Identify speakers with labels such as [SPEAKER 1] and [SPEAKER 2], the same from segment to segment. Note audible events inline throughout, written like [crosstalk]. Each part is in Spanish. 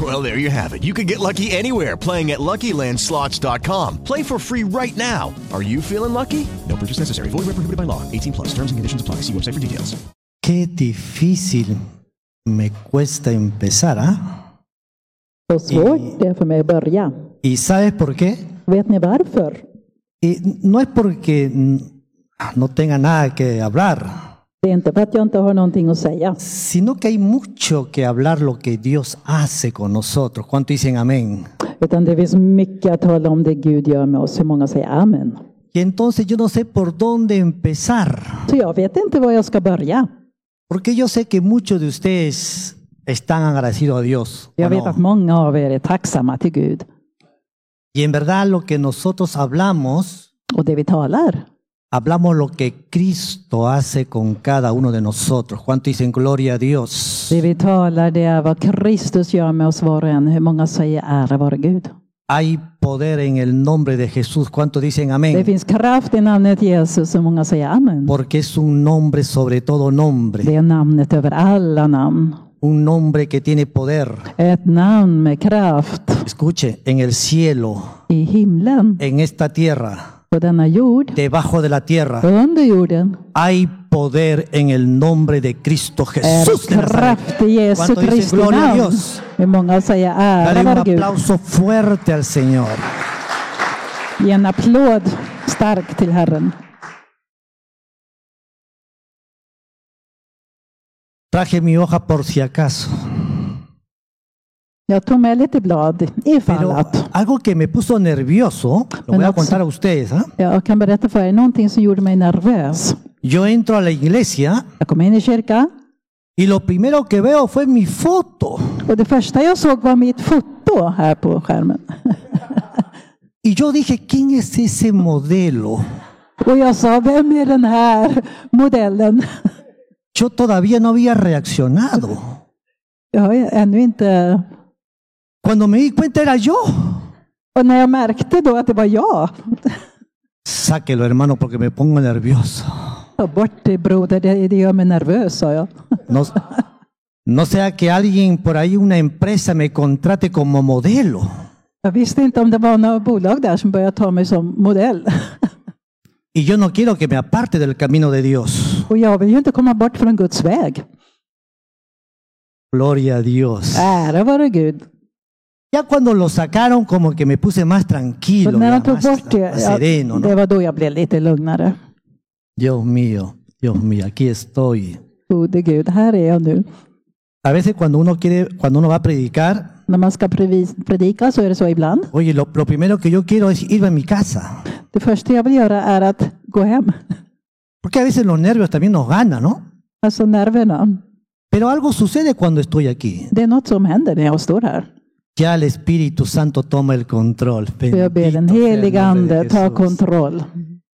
[SPEAKER 1] Well, there you have it. You can get lucky anywhere playing at LuckyLandSlots.com. Play for free right now. Are you feeling lucky? No purchase necessary. Void where prohibited by law. 18 plus. Terms and conditions apply. See website for details.
[SPEAKER 2] Qué difícil me cuesta empezar, ¿ah?
[SPEAKER 3] Så svårt det är för mig att börja.
[SPEAKER 2] ¿Y sabes por qué?
[SPEAKER 3] Vet ni varför?
[SPEAKER 2] Y no es porque mm, no tenga nada que hablar,
[SPEAKER 3] Det är inte för att jag inte har någonting att säga.
[SPEAKER 2] sino que hay mucho que hablar lo que Dios hace con nosotros. ¿Cuánto dicen amén?
[SPEAKER 3] Utan det finns mycket att tala om det Gud gör med oss. Hur många säger amen?
[SPEAKER 2] Y entonces yo no sé por dónde empezar,
[SPEAKER 3] Så jag vet inte var jag ska börja.
[SPEAKER 2] porque yo sé que muchos de ustedes están agradecidos a Dios. ¿o
[SPEAKER 3] Jag vet
[SPEAKER 2] no?
[SPEAKER 3] att många av er är tacksamma till Gud.
[SPEAKER 2] Y en verdad lo que nosotros hablamos,
[SPEAKER 3] Och det vi talar,
[SPEAKER 2] hablamos lo que Cristo hace con cada uno de nosotros. ¿Cuánto dicen gloria a Dios?
[SPEAKER 3] det vi talar det är vad Kristus gör med oss var och en. Hur många säger ära vare Gud?
[SPEAKER 2] Hay poder en el nombre de Jesús. ¿Cuánto dicen
[SPEAKER 3] Det
[SPEAKER 2] amén?
[SPEAKER 3] finns kraft i namnet Jesus. Hur många säger amen?
[SPEAKER 2] Porque es un nombre sobre todo
[SPEAKER 3] Det
[SPEAKER 2] nombre.
[SPEAKER 3] är namnet över alla namn.
[SPEAKER 2] Un nombre que tiene poder.
[SPEAKER 3] Ett namn med kraft
[SPEAKER 2] Escuche, en el cielo,
[SPEAKER 3] i himlen,
[SPEAKER 2] en esta tierra,
[SPEAKER 3] på denna jord,
[SPEAKER 2] debajo de la
[SPEAKER 4] Eh.
[SPEAKER 2] tierra,
[SPEAKER 3] under jorden.
[SPEAKER 2] hay poder en el nombre de Cristo Jesús.
[SPEAKER 3] är
[SPEAKER 2] de Nazaret.
[SPEAKER 3] kraft i Jesu
[SPEAKER 2] Cuando dice
[SPEAKER 3] Kristi
[SPEAKER 2] gloria a
[SPEAKER 3] namn.
[SPEAKER 2] Dios.
[SPEAKER 3] Hur många säger ära
[SPEAKER 2] Dale un
[SPEAKER 3] vare Gud?
[SPEAKER 2] aplauso fuerte al Señor.
[SPEAKER 3] Ge en applåd stark till Herren.
[SPEAKER 2] Traje mi hoja por si acaso.
[SPEAKER 3] Jag tog med lite blad ifall
[SPEAKER 2] Pero
[SPEAKER 3] att.
[SPEAKER 2] algo que me puso nervioso, lo voy a
[SPEAKER 3] Menos-
[SPEAKER 2] contar a ustedes. ¿ah?
[SPEAKER 3] Jag kan berätta för er någonting som gjorde mig nervös.
[SPEAKER 2] Yo entro a la iglesia
[SPEAKER 3] Jag kom in i kyrkan
[SPEAKER 2] y lo primero que veo fue mi foto.
[SPEAKER 3] och det första jag såg var mitt foto här på skärmen.
[SPEAKER 2] Y yo dije, ¿quién es ese modelo?
[SPEAKER 3] Och jag sa, vem är den här modellen?
[SPEAKER 2] Yo todavía no había reaccionado.
[SPEAKER 3] Jag har ju ännu inte...
[SPEAKER 2] Cuando me di cuenta era yo.
[SPEAKER 3] Och när jag märkte då att det var jag,
[SPEAKER 2] Sáquelo, hermano, porque me pongo nervioso.
[SPEAKER 3] ta bort det broder, det, det gör mig nervös, sa jag.
[SPEAKER 2] No, [laughs] no sea que alguien por ahí, una empresa, me contrate como modelo.
[SPEAKER 3] Jag visste inte om det var några bolag där som började ta mig som modell.
[SPEAKER 2] Y yo no quiero que me aparte del camino de Dios.
[SPEAKER 3] Och jag vill ju inte komma bort från Guds väg.
[SPEAKER 2] Gloria a Dios.
[SPEAKER 3] Ära vare Gud.
[SPEAKER 2] Ya cuando lo sacaron, como que me puse más
[SPEAKER 3] Så
[SPEAKER 2] tranquilo, ya
[SPEAKER 3] när de tog
[SPEAKER 2] más,
[SPEAKER 3] bort det,
[SPEAKER 2] más
[SPEAKER 3] ja,
[SPEAKER 2] sereno. ¿no?
[SPEAKER 3] det var då jag blev lite lugnare.
[SPEAKER 2] Dios mío, Dios mío, aquí estoy.
[SPEAKER 3] Gode Gud, här är jag nu.
[SPEAKER 2] A veces cuando uno quiere, cuando uno va a predicar,
[SPEAKER 3] När man ska previ- predika så är det så ibland.
[SPEAKER 2] oye, lo, lo primero que yo quiero es irme a mi casa,
[SPEAKER 3] Det första jag vill göra är att gå hem.
[SPEAKER 2] porque a veces los nervios también nos ganan, ¿no?
[SPEAKER 3] Alltså nerverna.
[SPEAKER 2] Pero algo sucede cuando estoy aquí.
[SPEAKER 3] Det är något som händer när jag står här.
[SPEAKER 2] Ya el Espíritu Santo toma el control.
[SPEAKER 3] Så jag ber den
[SPEAKER 2] Bendito sea el
[SPEAKER 3] heliga
[SPEAKER 2] nombre de
[SPEAKER 3] Ande ta
[SPEAKER 2] Jesús.
[SPEAKER 3] kontroll.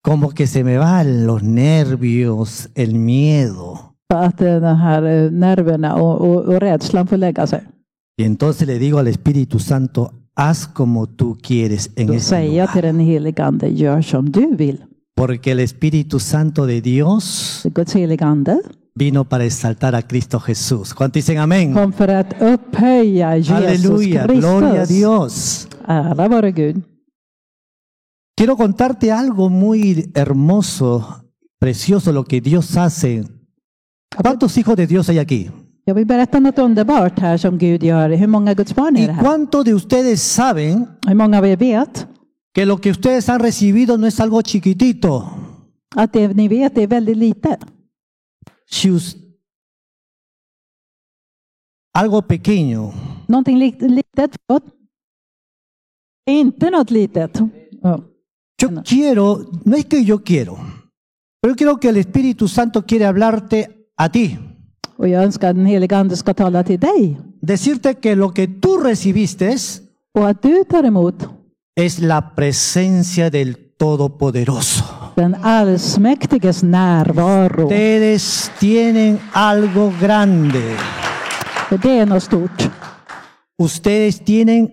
[SPEAKER 2] Como que se me van los nervios, el miedo.
[SPEAKER 3] Så att eh, de här eh, nerverna och, och, och rädslan får lägga sig.
[SPEAKER 2] Y entonces le digo al Espíritu Santo, haz como tú quieres en
[SPEAKER 3] Då
[SPEAKER 2] ese
[SPEAKER 3] säger jag
[SPEAKER 2] lugar.
[SPEAKER 3] till den heliga Ande, gör som du vill.
[SPEAKER 2] Porque el Espíritu Santo de Dios
[SPEAKER 3] Guds heliga Ande
[SPEAKER 2] vino para exaltar a Cristo Jesús. ¿Cuántos dicen amén?
[SPEAKER 3] kom för att upphöja Jesus
[SPEAKER 2] Aleluya, gloria a
[SPEAKER 3] Kristus.
[SPEAKER 2] Dios.
[SPEAKER 3] Ära vare Gud.
[SPEAKER 2] Quiero contarte algo muy hermoso, precioso, lo que Dios hace. ¿Cuántos hijos de Dios hay aquí?
[SPEAKER 3] Jag vill berätta något underbart här som Gud gör. Hur många Guds barn är
[SPEAKER 2] ¿Y
[SPEAKER 3] det här?
[SPEAKER 2] cuántos de ustedes saben
[SPEAKER 3] Hur många av er vet
[SPEAKER 2] que lo que ustedes han recibido no es algo chiquitito?
[SPEAKER 3] att det ni vet är väldigt lite?
[SPEAKER 2] si us- algo pequeño,
[SPEAKER 3] Någonting li- litet, förlåt. Inte något litet. Ja.
[SPEAKER 2] yo quiero, no es que yo quiero, pero creo que el Espíritu Santo quiere hablarte a ti,
[SPEAKER 3] Och jag önskar att den helige Ande ska tala till dig.
[SPEAKER 2] decirte que lo que tú recibiste es,
[SPEAKER 3] Och att du tar emot
[SPEAKER 2] es la presencia del Todopoderoso.
[SPEAKER 3] den allsmäktiges närvaro.
[SPEAKER 2] Ustedes tienen algo grande.
[SPEAKER 3] För det är något stort.
[SPEAKER 2] Ustedes tienen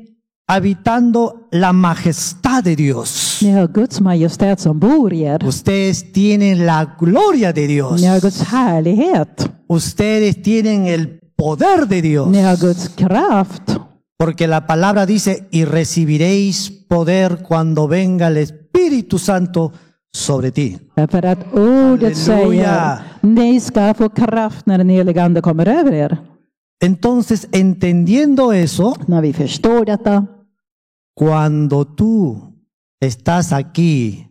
[SPEAKER 2] habitando la majestad de Dios.
[SPEAKER 3] Ni har Guds majestät som bor i er.
[SPEAKER 2] Ustedes tienen la gloria de Dios.
[SPEAKER 3] Ni har Guds härlighet.
[SPEAKER 2] Ustedes tienen el poder de Dios.
[SPEAKER 3] Ni har Guds kraft.
[SPEAKER 2] Porque la palabra dice, y recibiréis poder cuando venga el Espíritu Santo sobre ti.
[SPEAKER 3] Därför att ordet
[SPEAKER 2] Halleluja.
[SPEAKER 3] säger ni ska få kraft när den helige Ande kommer över er.
[SPEAKER 2] Entonces, entendiendo eso,
[SPEAKER 3] När vi förstår detta,
[SPEAKER 2] cuando tú estás aquí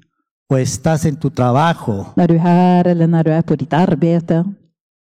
[SPEAKER 2] o estás en tu trabajo,
[SPEAKER 3] när du är här eller när du är på ditt arbete,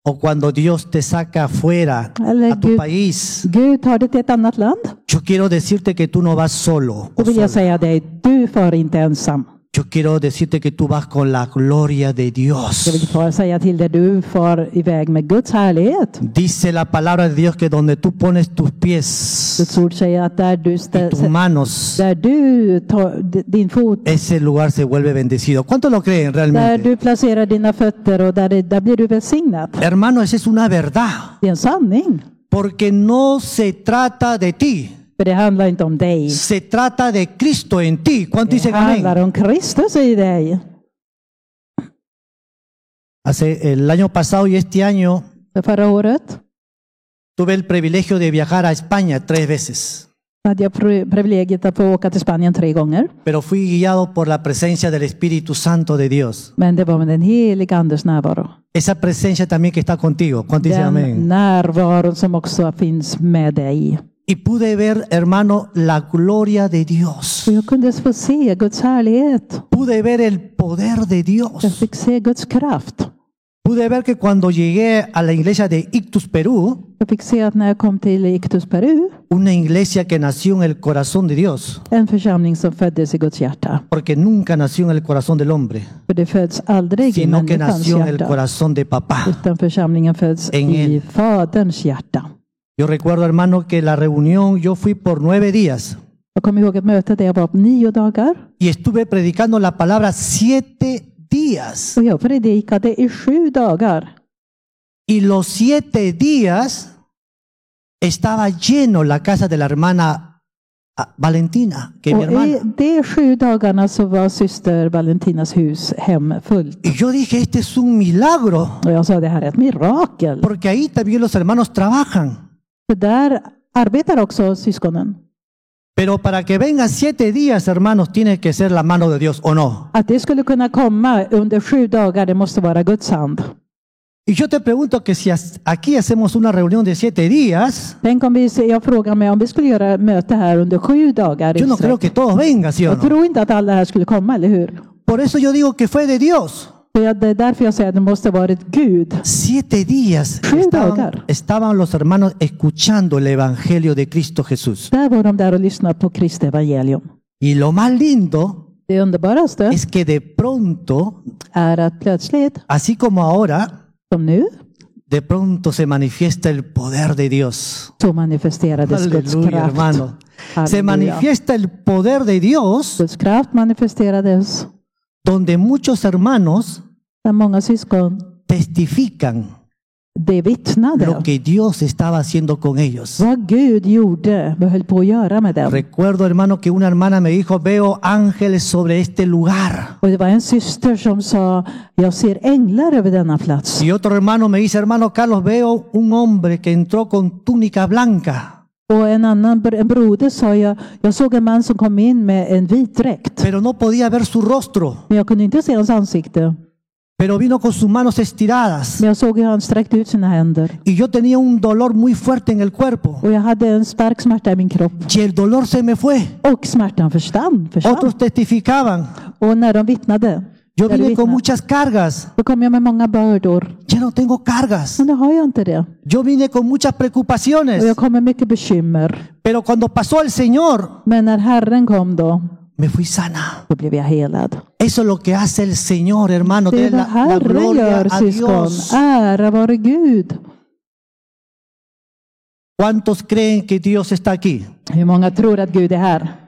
[SPEAKER 2] o cuando Dios te saca afuera
[SPEAKER 3] eller
[SPEAKER 2] a tu
[SPEAKER 3] Gud,
[SPEAKER 2] país,
[SPEAKER 3] Gud tar dig till ett annat land,
[SPEAKER 2] yo quiero decirte que tú no vas solo. o
[SPEAKER 3] då vill jag
[SPEAKER 2] sola.
[SPEAKER 3] säga dig, du far inte ensam.
[SPEAKER 2] Yo quiero decirte que tú vas con la gloria de
[SPEAKER 3] Jag vill
[SPEAKER 2] Dios.
[SPEAKER 3] far säga till dig, du far iväg med Guds härlighet.
[SPEAKER 2] Dice la palabra de Dios que donde tú pones tus
[SPEAKER 3] Guds
[SPEAKER 2] pies
[SPEAKER 3] ord säger att där du,
[SPEAKER 2] y
[SPEAKER 3] stä-
[SPEAKER 2] tus manos,
[SPEAKER 3] där du tar d- din fot,
[SPEAKER 2] ese lugar se vuelve bendecido. ¿Cuántos lo creen
[SPEAKER 3] där
[SPEAKER 2] realmente?
[SPEAKER 3] du placerar dina fötter och där, det- där blir du välsignad.
[SPEAKER 2] Hermano, esa es una verdad.
[SPEAKER 3] Det är en sanning.
[SPEAKER 2] Porque no se trata de ti,
[SPEAKER 3] För det handlar inte om dig.
[SPEAKER 2] se trata de Cristo en ti. ¿Cuánto
[SPEAKER 3] Det
[SPEAKER 2] dicen amén?
[SPEAKER 3] handlar om Kristus i dig.
[SPEAKER 2] Hace el año pasado y este año
[SPEAKER 3] För förra året
[SPEAKER 2] Tuve el privilegio de viajar a España tres veces,
[SPEAKER 3] hade jag pri- privilegiet att få åka till Spanien tre gånger.
[SPEAKER 2] pero fui guiado por la presencia del Espíritu Santo de Dios.
[SPEAKER 3] Men det var med den heliga Andes närvaro.
[SPEAKER 2] Esa presencia también que está contigo. ¿Cuánto dice
[SPEAKER 3] Den
[SPEAKER 2] amén?
[SPEAKER 3] närvaron som också finns med dig.
[SPEAKER 2] Y pude ver, hermano, la gloria de Dios.
[SPEAKER 3] Och jag kunde få se Guds härlighet.
[SPEAKER 2] Pude ver el poder de
[SPEAKER 3] Jag
[SPEAKER 2] Dios.
[SPEAKER 3] fick se Guds kraft.
[SPEAKER 2] Pude ver que cuando llegué a la iglesia de Ictus Perú,
[SPEAKER 3] Jag fick se att när jag kom till Ictus Peru,
[SPEAKER 2] una iglesia que nació en el corazón de Dios,
[SPEAKER 3] en församling som föddes i Guds hjärta.
[SPEAKER 2] porque nunca nació en el corazón del hombre,
[SPEAKER 3] För det föds aldrig i
[SPEAKER 2] sino que
[SPEAKER 3] människans
[SPEAKER 2] nació en el
[SPEAKER 3] hjärta.
[SPEAKER 2] corazón de papá.
[SPEAKER 3] Utan församlingen föds
[SPEAKER 2] Ängel.
[SPEAKER 3] i Faderns hjärta.
[SPEAKER 2] Yo recuerdo, hermano, que la reunión yo fui por nueve días.
[SPEAKER 3] Jag kommer ihåg ett möte där jag var på nio dagar.
[SPEAKER 2] y estuve predicando la palabra siete días.
[SPEAKER 3] Och jag predikade i sju dagar.
[SPEAKER 2] Y los siete días estaba lleno la casa de la hermana ah, Valentina, que es mi
[SPEAKER 3] Och i
[SPEAKER 2] hermana.
[SPEAKER 3] de sju dagarna så var syster Valentinas hus hem fullt.
[SPEAKER 2] Y yo dije, este es un milagro,
[SPEAKER 3] Och jag sa det här är ett mirakel.
[SPEAKER 2] porque ahí también los hermanos trabajan.
[SPEAKER 3] För där arbetar också syskonen.
[SPEAKER 2] Pero para que vengan siete días, hermanos, tiene que ser la mano de Dios, ¿o no?
[SPEAKER 3] Att det skulle kunna komma under sju dagar, det måste vara Guds hand.
[SPEAKER 2] Y yo te pregunto que si as- aquí hacemos una reunión de siete días,
[SPEAKER 3] Tänk om vi, jag frågar mig om vi skulle göra ett möte här under sju dagar. i
[SPEAKER 2] yo no
[SPEAKER 3] sträck.
[SPEAKER 2] creo que todos vengan, ¿sí o
[SPEAKER 3] Jag
[SPEAKER 2] no?
[SPEAKER 3] tror inte att alla här skulle komma, eller hur?
[SPEAKER 2] Por eso yo digo que fue de Dios.
[SPEAKER 3] Så jag, det är därför jag säger att det måste varit Gud.
[SPEAKER 2] Siete días
[SPEAKER 3] Sju
[SPEAKER 2] estaban,
[SPEAKER 3] dagar.
[SPEAKER 2] estaban los hermanos escuchando el Evangelio de Cristo Jesús.
[SPEAKER 3] Där var de där och lyssnade på Kristi evangelium.
[SPEAKER 2] Y lo más lindo
[SPEAKER 3] Det underbaraste
[SPEAKER 2] es que de pronto,
[SPEAKER 3] är att plötsligt,
[SPEAKER 2] así como ahora,
[SPEAKER 3] som nu,
[SPEAKER 2] de pronto se manifiesta el poder de Dios.
[SPEAKER 3] så manifesterades Guds
[SPEAKER 2] Aleluya,
[SPEAKER 3] kraft.
[SPEAKER 2] hermano. Se
[SPEAKER 3] Aleluya.
[SPEAKER 2] manifiesta el poder de Dios
[SPEAKER 3] Guds kraft manifesterades.
[SPEAKER 2] donde muchos hermanos
[SPEAKER 3] Där många syskon,
[SPEAKER 2] testifican
[SPEAKER 3] de
[SPEAKER 2] lo
[SPEAKER 3] vittnade
[SPEAKER 2] que Dios estaba haciendo con ellos.
[SPEAKER 3] vad Gud gjorde, vad höll på att göra med dem.
[SPEAKER 2] Recuerdo, hermano, que una hermana me dijo, veo ángeles sobre este lugar.
[SPEAKER 3] Och det var en syster som sa, jag ser änglar över denna plats.
[SPEAKER 2] Y otro hermano me dice, hermano Carlos, veo un hombre que entró con túnica blanca,
[SPEAKER 3] Och en annan br- en broder sa, jag, jag såg en man som kom in med en vit dräkt.
[SPEAKER 2] pero no podía ver su rostro,
[SPEAKER 3] Men jag kunde inte se hans ansikte.
[SPEAKER 2] pero vino con sus manos estiradas.
[SPEAKER 3] Men jag såg hur han sträckte ut sina händer.
[SPEAKER 2] Y yo tenía un dolor muy fuerte en el cuerpo.
[SPEAKER 3] Och jag hade en stark smärta i min kropp.
[SPEAKER 2] Y el dolor se me fue.
[SPEAKER 3] Och smärtan försvann. försvann.
[SPEAKER 2] Otros testificaban,
[SPEAKER 3] Och när de vittnade,
[SPEAKER 2] Yo vine con
[SPEAKER 3] lyssna.
[SPEAKER 2] muchas cargas.
[SPEAKER 3] Då kom jag med många bördor.
[SPEAKER 2] Ya no tengo cargas.
[SPEAKER 3] Men nu har jag inte det.
[SPEAKER 2] Yo vine con muchas
[SPEAKER 3] Och
[SPEAKER 2] preocupaciones.
[SPEAKER 3] jag kom med mycket bekymmer.
[SPEAKER 2] Pero cuando pasó el Señor,
[SPEAKER 3] Men när Herren kom då,
[SPEAKER 2] me fui sana.
[SPEAKER 3] då blev jag helad.
[SPEAKER 2] Eso es lo que hace el Señor, hermano.
[SPEAKER 3] Det
[SPEAKER 2] De
[SPEAKER 3] är vad
[SPEAKER 2] la, la
[SPEAKER 3] Herren
[SPEAKER 2] gloria
[SPEAKER 3] gör
[SPEAKER 2] a Dios.
[SPEAKER 3] syskon. Ära vare Gud.
[SPEAKER 2] ¿Cuántos creen que Dios está aquí?
[SPEAKER 3] Hur många tror att Gud är här?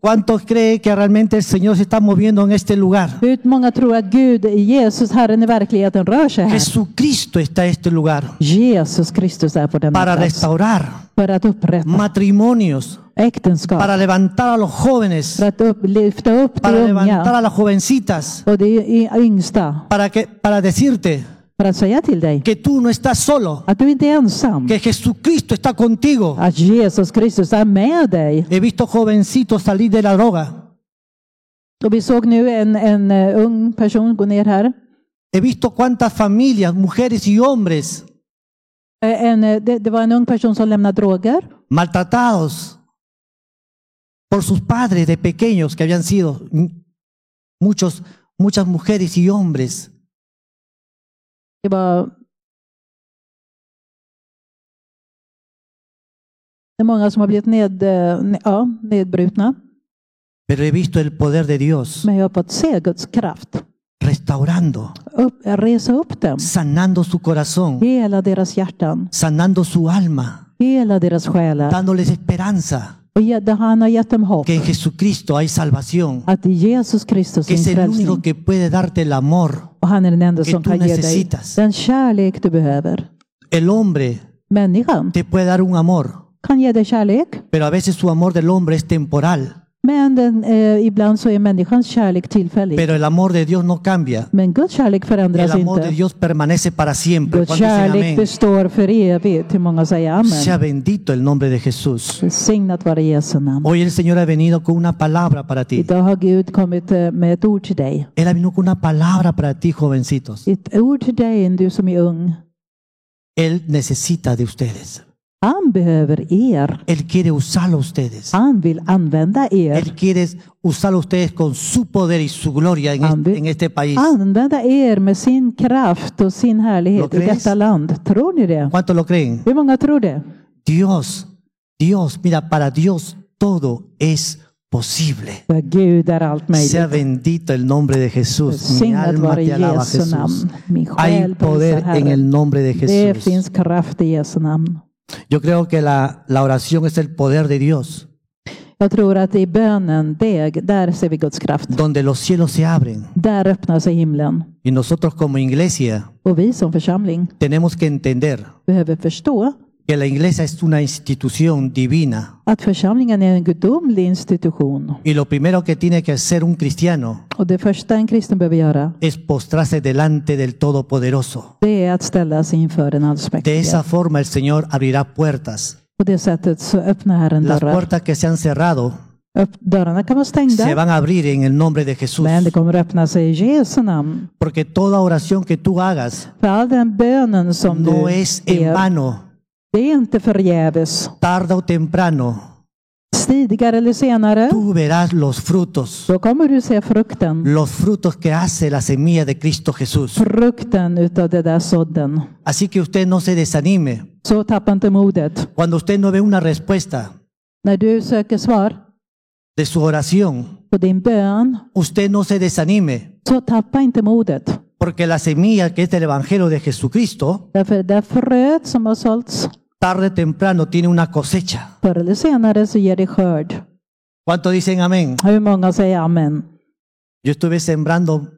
[SPEAKER 2] ¿Cuántos creen que realmente el Señor se está moviendo en este lugar?
[SPEAKER 3] Hur många tror att Gud, Jesus, Herren i verkligheten rör sig här?
[SPEAKER 2] Jesucristo está en este lugar
[SPEAKER 3] Jesus Kristus är på denna
[SPEAKER 2] para
[SPEAKER 3] plats.
[SPEAKER 2] restaurar
[SPEAKER 3] För att upprätta
[SPEAKER 2] matrimonios,
[SPEAKER 3] äktenskap.
[SPEAKER 2] para levantar a los jóvenes,
[SPEAKER 3] För att upp, lyfta upp
[SPEAKER 2] para
[SPEAKER 3] de
[SPEAKER 2] levantar
[SPEAKER 3] unga
[SPEAKER 2] a las jovencitas,
[SPEAKER 3] och de y- yngsta.
[SPEAKER 2] para, que, para decirte
[SPEAKER 3] För att säga till dig
[SPEAKER 2] que tú no estás solo,
[SPEAKER 3] att du inte är ensam.
[SPEAKER 2] que Jesucristo está contigo.
[SPEAKER 3] Att Jesus Kristus är med dig.
[SPEAKER 2] He visto jovencitos salir de la droga.
[SPEAKER 3] Och vi såg nu en, en eh, ung person gå ner här.
[SPEAKER 2] He visto cuántas familias, mujeres y hombres
[SPEAKER 3] Eh, En, eh, det, det var en ung person som lämnade droger.
[SPEAKER 2] maltratados por sus padres de pequeños que habían sido m- muchos, muchas mujeres y hombres.
[SPEAKER 3] Det var det är många som har blivit ned, eh, ne- ja, nedbrutna.
[SPEAKER 2] Pero he visto el poder de Dios
[SPEAKER 3] Men jag har fått se Guds kraft.
[SPEAKER 2] restaurando,
[SPEAKER 3] Upp, resa upp dem.
[SPEAKER 2] sanando su corazón,
[SPEAKER 3] Hela deras hjärtan.
[SPEAKER 2] sanando su alma,
[SPEAKER 3] Hela deras själar.
[SPEAKER 2] dándoles esperanza
[SPEAKER 3] Och ge, det- han har gett dem hopp.
[SPEAKER 2] que en Jesucristo hay salvación,
[SPEAKER 3] Att i Jesus Kristus
[SPEAKER 2] que es
[SPEAKER 3] finns
[SPEAKER 2] el único
[SPEAKER 3] frälsning.
[SPEAKER 2] que puede darte el amor.
[SPEAKER 3] Och han är den enda
[SPEAKER 2] que
[SPEAKER 3] som
[SPEAKER 2] tú
[SPEAKER 3] kan ge dig
[SPEAKER 2] necesitas.
[SPEAKER 3] den kärlek du behöver.
[SPEAKER 2] El hombre
[SPEAKER 3] Människan
[SPEAKER 2] te puede dar un amor,
[SPEAKER 3] kan ge dig kärlek.
[SPEAKER 2] pero a veces su amor del hombre es temporal,
[SPEAKER 3] Men den, eh, ibland så är människans kärlek tillfällig.
[SPEAKER 2] pero el amor de Dios no cambia.
[SPEAKER 3] Men Guds kärlek
[SPEAKER 2] El
[SPEAKER 3] förändras
[SPEAKER 2] amor de
[SPEAKER 3] inte.
[SPEAKER 2] Dios permanece para siempre.
[SPEAKER 3] Guds
[SPEAKER 2] ¿Cuántos dicen
[SPEAKER 3] kärlek
[SPEAKER 2] amén?
[SPEAKER 3] består för evigt. Hur många säger
[SPEAKER 2] Sea
[SPEAKER 3] amen?
[SPEAKER 2] bendito el nombre de Jesús.
[SPEAKER 3] Välsignat vare Jesu namn.
[SPEAKER 2] Hoy el Señor ha venido con una palabra para ti.
[SPEAKER 3] Idag har Gud kommit eh, med ett ord till dig.
[SPEAKER 2] Él ha venido con una palabra para ti, jovencitos.
[SPEAKER 3] Ett ord till dig, du som är ung.
[SPEAKER 2] Él necesita de ustedes.
[SPEAKER 3] Han behöver er.
[SPEAKER 2] Él quiere usarlo a ustedes.
[SPEAKER 3] Han vill använda er.
[SPEAKER 2] Él quiere usarlo a ustedes con su poder y su gloria en este, en este país.
[SPEAKER 3] Använda er med sin kraft och sin härlighet i
[SPEAKER 2] Lo crees?
[SPEAKER 3] detta land. Tror ni det?
[SPEAKER 2] ¿Cuánto lo creen?
[SPEAKER 3] Hur många tror det?
[SPEAKER 2] Dios, Dios, mira, para Dios todo es posible.
[SPEAKER 3] För Gud är allt möjligt.
[SPEAKER 2] Sea bendito el nombre de Jesús. Mi
[SPEAKER 3] Välsignad
[SPEAKER 2] alma
[SPEAKER 3] vare
[SPEAKER 2] te alaba,
[SPEAKER 3] Jesu
[SPEAKER 2] Jesús.
[SPEAKER 3] namn. Min
[SPEAKER 2] Hay
[SPEAKER 3] själ prisar
[SPEAKER 2] poder en el
[SPEAKER 3] Herren.
[SPEAKER 2] nombre de
[SPEAKER 3] Det
[SPEAKER 2] Jesús.
[SPEAKER 3] finns kraft i Jesu namn.
[SPEAKER 2] Yo creo que la, la oración es el poder de Dios,
[SPEAKER 3] Jag tror att i bönen, det, där ser vi Guds kraft.
[SPEAKER 2] donde los cielos se abren.
[SPEAKER 3] Där öppnar sig himlen.
[SPEAKER 2] Y nosotros como iglesia
[SPEAKER 3] Och vi som församling
[SPEAKER 2] tenemos que entender
[SPEAKER 3] behöver förstå
[SPEAKER 2] que la iglesia es una institución divina.
[SPEAKER 3] att församlingen är en gudomlig institution.
[SPEAKER 2] Y lo primero que tiene que hacer un cristiano
[SPEAKER 3] Och det första en kristen behöver göra,
[SPEAKER 2] es postrarse delante del Todopoderoso.
[SPEAKER 3] det är att ställa sig inför den
[SPEAKER 2] De esa
[SPEAKER 3] allsmäktige.
[SPEAKER 2] forma el Señor abrirá puertas.
[SPEAKER 3] På det sättet så öppnar Herren
[SPEAKER 2] Las
[SPEAKER 3] dörrar.
[SPEAKER 2] puertas que se han cerrado
[SPEAKER 3] Öpp- Dörrarna kan vara
[SPEAKER 2] se
[SPEAKER 3] stängda,
[SPEAKER 2] van a abrir en el nombre de Jesús.
[SPEAKER 3] men det kommer att öppna sig i Jesu namn.
[SPEAKER 2] Porque toda oración que tú hagas
[SPEAKER 3] För all den bönen som du
[SPEAKER 2] no es en
[SPEAKER 3] ber,
[SPEAKER 2] vano.
[SPEAKER 3] det är inte förgäves.
[SPEAKER 2] Tarda o temprano
[SPEAKER 3] Tidigare eller senare,
[SPEAKER 2] tú verás los frutos.
[SPEAKER 3] då kommer du se frukten.
[SPEAKER 2] los frutos que hace la semilla de Cristo Jesús.
[SPEAKER 3] frukten utav det där sådden.
[SPEAKER 2] Así que usted no se desanime.
[SPEAKER 3] Så tappa inte modet.
[SPEAKER 2] Cuando usted no ve una respuesta
[SPEAKER 3] När du söker svar
[SPEAKER 2] de su oración,
[SPEAKER 3] på din bön,
[SPEAKER 2] usted no se desanime,
[SPEAKER 3] så tappa inte modet.
[SPEAKER 2] porque la semilla que es del Evangelio de Jesucristo,
[SPEAKER 3] Därför det fröet som har sålts,
[SPEAKER 2] tarde o temprano tiene una cosecha.
[SPEAKER 3] förr eller senare så ger det skörd.
[SPEAKER 2] ¿Cuánto dicen amén?
[SPEAKER 3] Hur många säger amen?
[SPEAKER 2] Yo estuve sembrando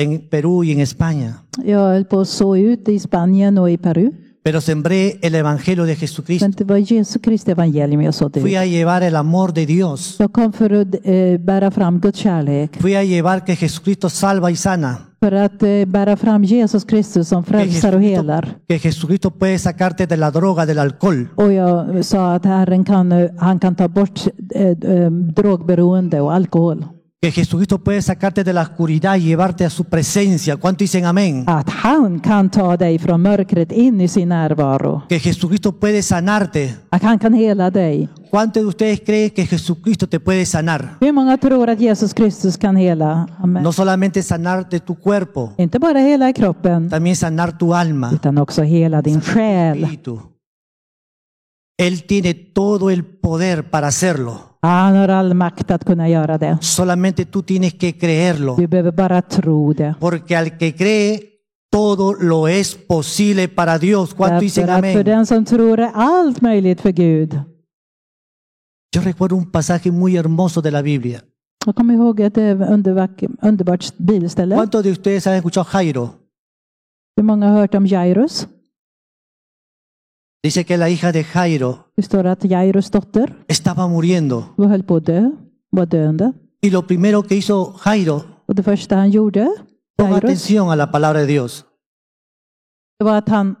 [SPEAKER 2] en Perú y en España,
[SPEAKER 3] Jag höll på att så ut i Spanien och i Peru.
[SPEAKER 2] pero sembré el Evangelio de Jesucristo.
[SPEAKER 3] Men det var Jesu Kristi evangelium jag sådde
[SPEAKER 2] Fui
[SPEAKER 3] ut.
[SPEAKER 2] a llevar el amor de Dios.
[SPEAKER 3] Jag kom för att eh, bära fram Guds kärlek.
[SPEAKER 2] Fui a llevar que Jesucristo salva y sana.
[SPEAKER 3] För att eh, bära fram Jesus Kristus som
[SPEAKER 2] Que
[SPEAKER 3] frälsar och helar.
[SPEAKER 2] Jesucristo, que Jesucristo puede sacarte de la droga, del alcohol.
[SPEAKER 3] Och jag sa att Herren kan, eh, han kan ta bort eh, eh, drogberoende och alkohol.
[SPEAKER 2] que Jesucristo puede sacarte de la oscuridad y llevarte a su presencia. ¿Cuánto dicen amén?
[SPEAKER 3] Att han kan ta dig från mörkret in i sin närvaro.
[SPEAKER 2] Que Jesucristo puede sanarte.
[SPEAKER 3] Att han kan hela dig.
[SPEAKER 2] ¿Cuántos de ustedes creen que Jesucristo te puede sanar?
[SPEAKER 3] Hur många tror att Jesus Kristus kan hela? Amen.
[SPEAKER 2] No solamente sanarte tu cuerpo,
[SPEAKER 3] Inte bara hela kroppen,
[SPEAKER 2] también sanar tu alma,
[SPEAKER 3] utan också hela din själ.
[SPEAKER 2] espíritu. Él tiene todo el poder para hacerlo.
[SPEAKER 3] Han har all makt att kunna göra det.
[SPEAKER 2] Solamente tú tienes que creerlo.
[SPEAKER 3] Du behöver bara tro det.
[SPEAKER 2] Porque al que cree, todo lo es posible para Dios. ¿Cuánto dicen
[SPEAKER 3] Därför att för
[SPEAKER 2] amén?
[SPEAKER 3] den som tror är allt möjligt för Gud.
[SPEAKER 2] Yo recuerdo un pasaje muy hermoso de la Biblia.
[SPEAKER 3] Jag kommer ihåg ett eh, undervack, underbart bibelställe.
[SPEAKER 2] ¿Cuántos de ustedes han escuchado a Jairo?
[SPEAKER 3] Hur många har hört om Jairus?
[SPEAKER 2] Dice que la hija de Jairo
[SPEAKER 3] Det står att Jairus dotter
[SPEAKER 2] estaba muriendo.
[SPEAKER 3] var- höll på att dö, var döende.
[SPEAKER 2] Y lo primero que hizo Jairo,
[SPEAKER 3] Och det första han gjorde,
[SPEAKER 2] ponga
[SPEAKER 3] Jairus,
[SPEAKER 2] atención a la palabra de Dios.
[SPEAKER 3] det var att han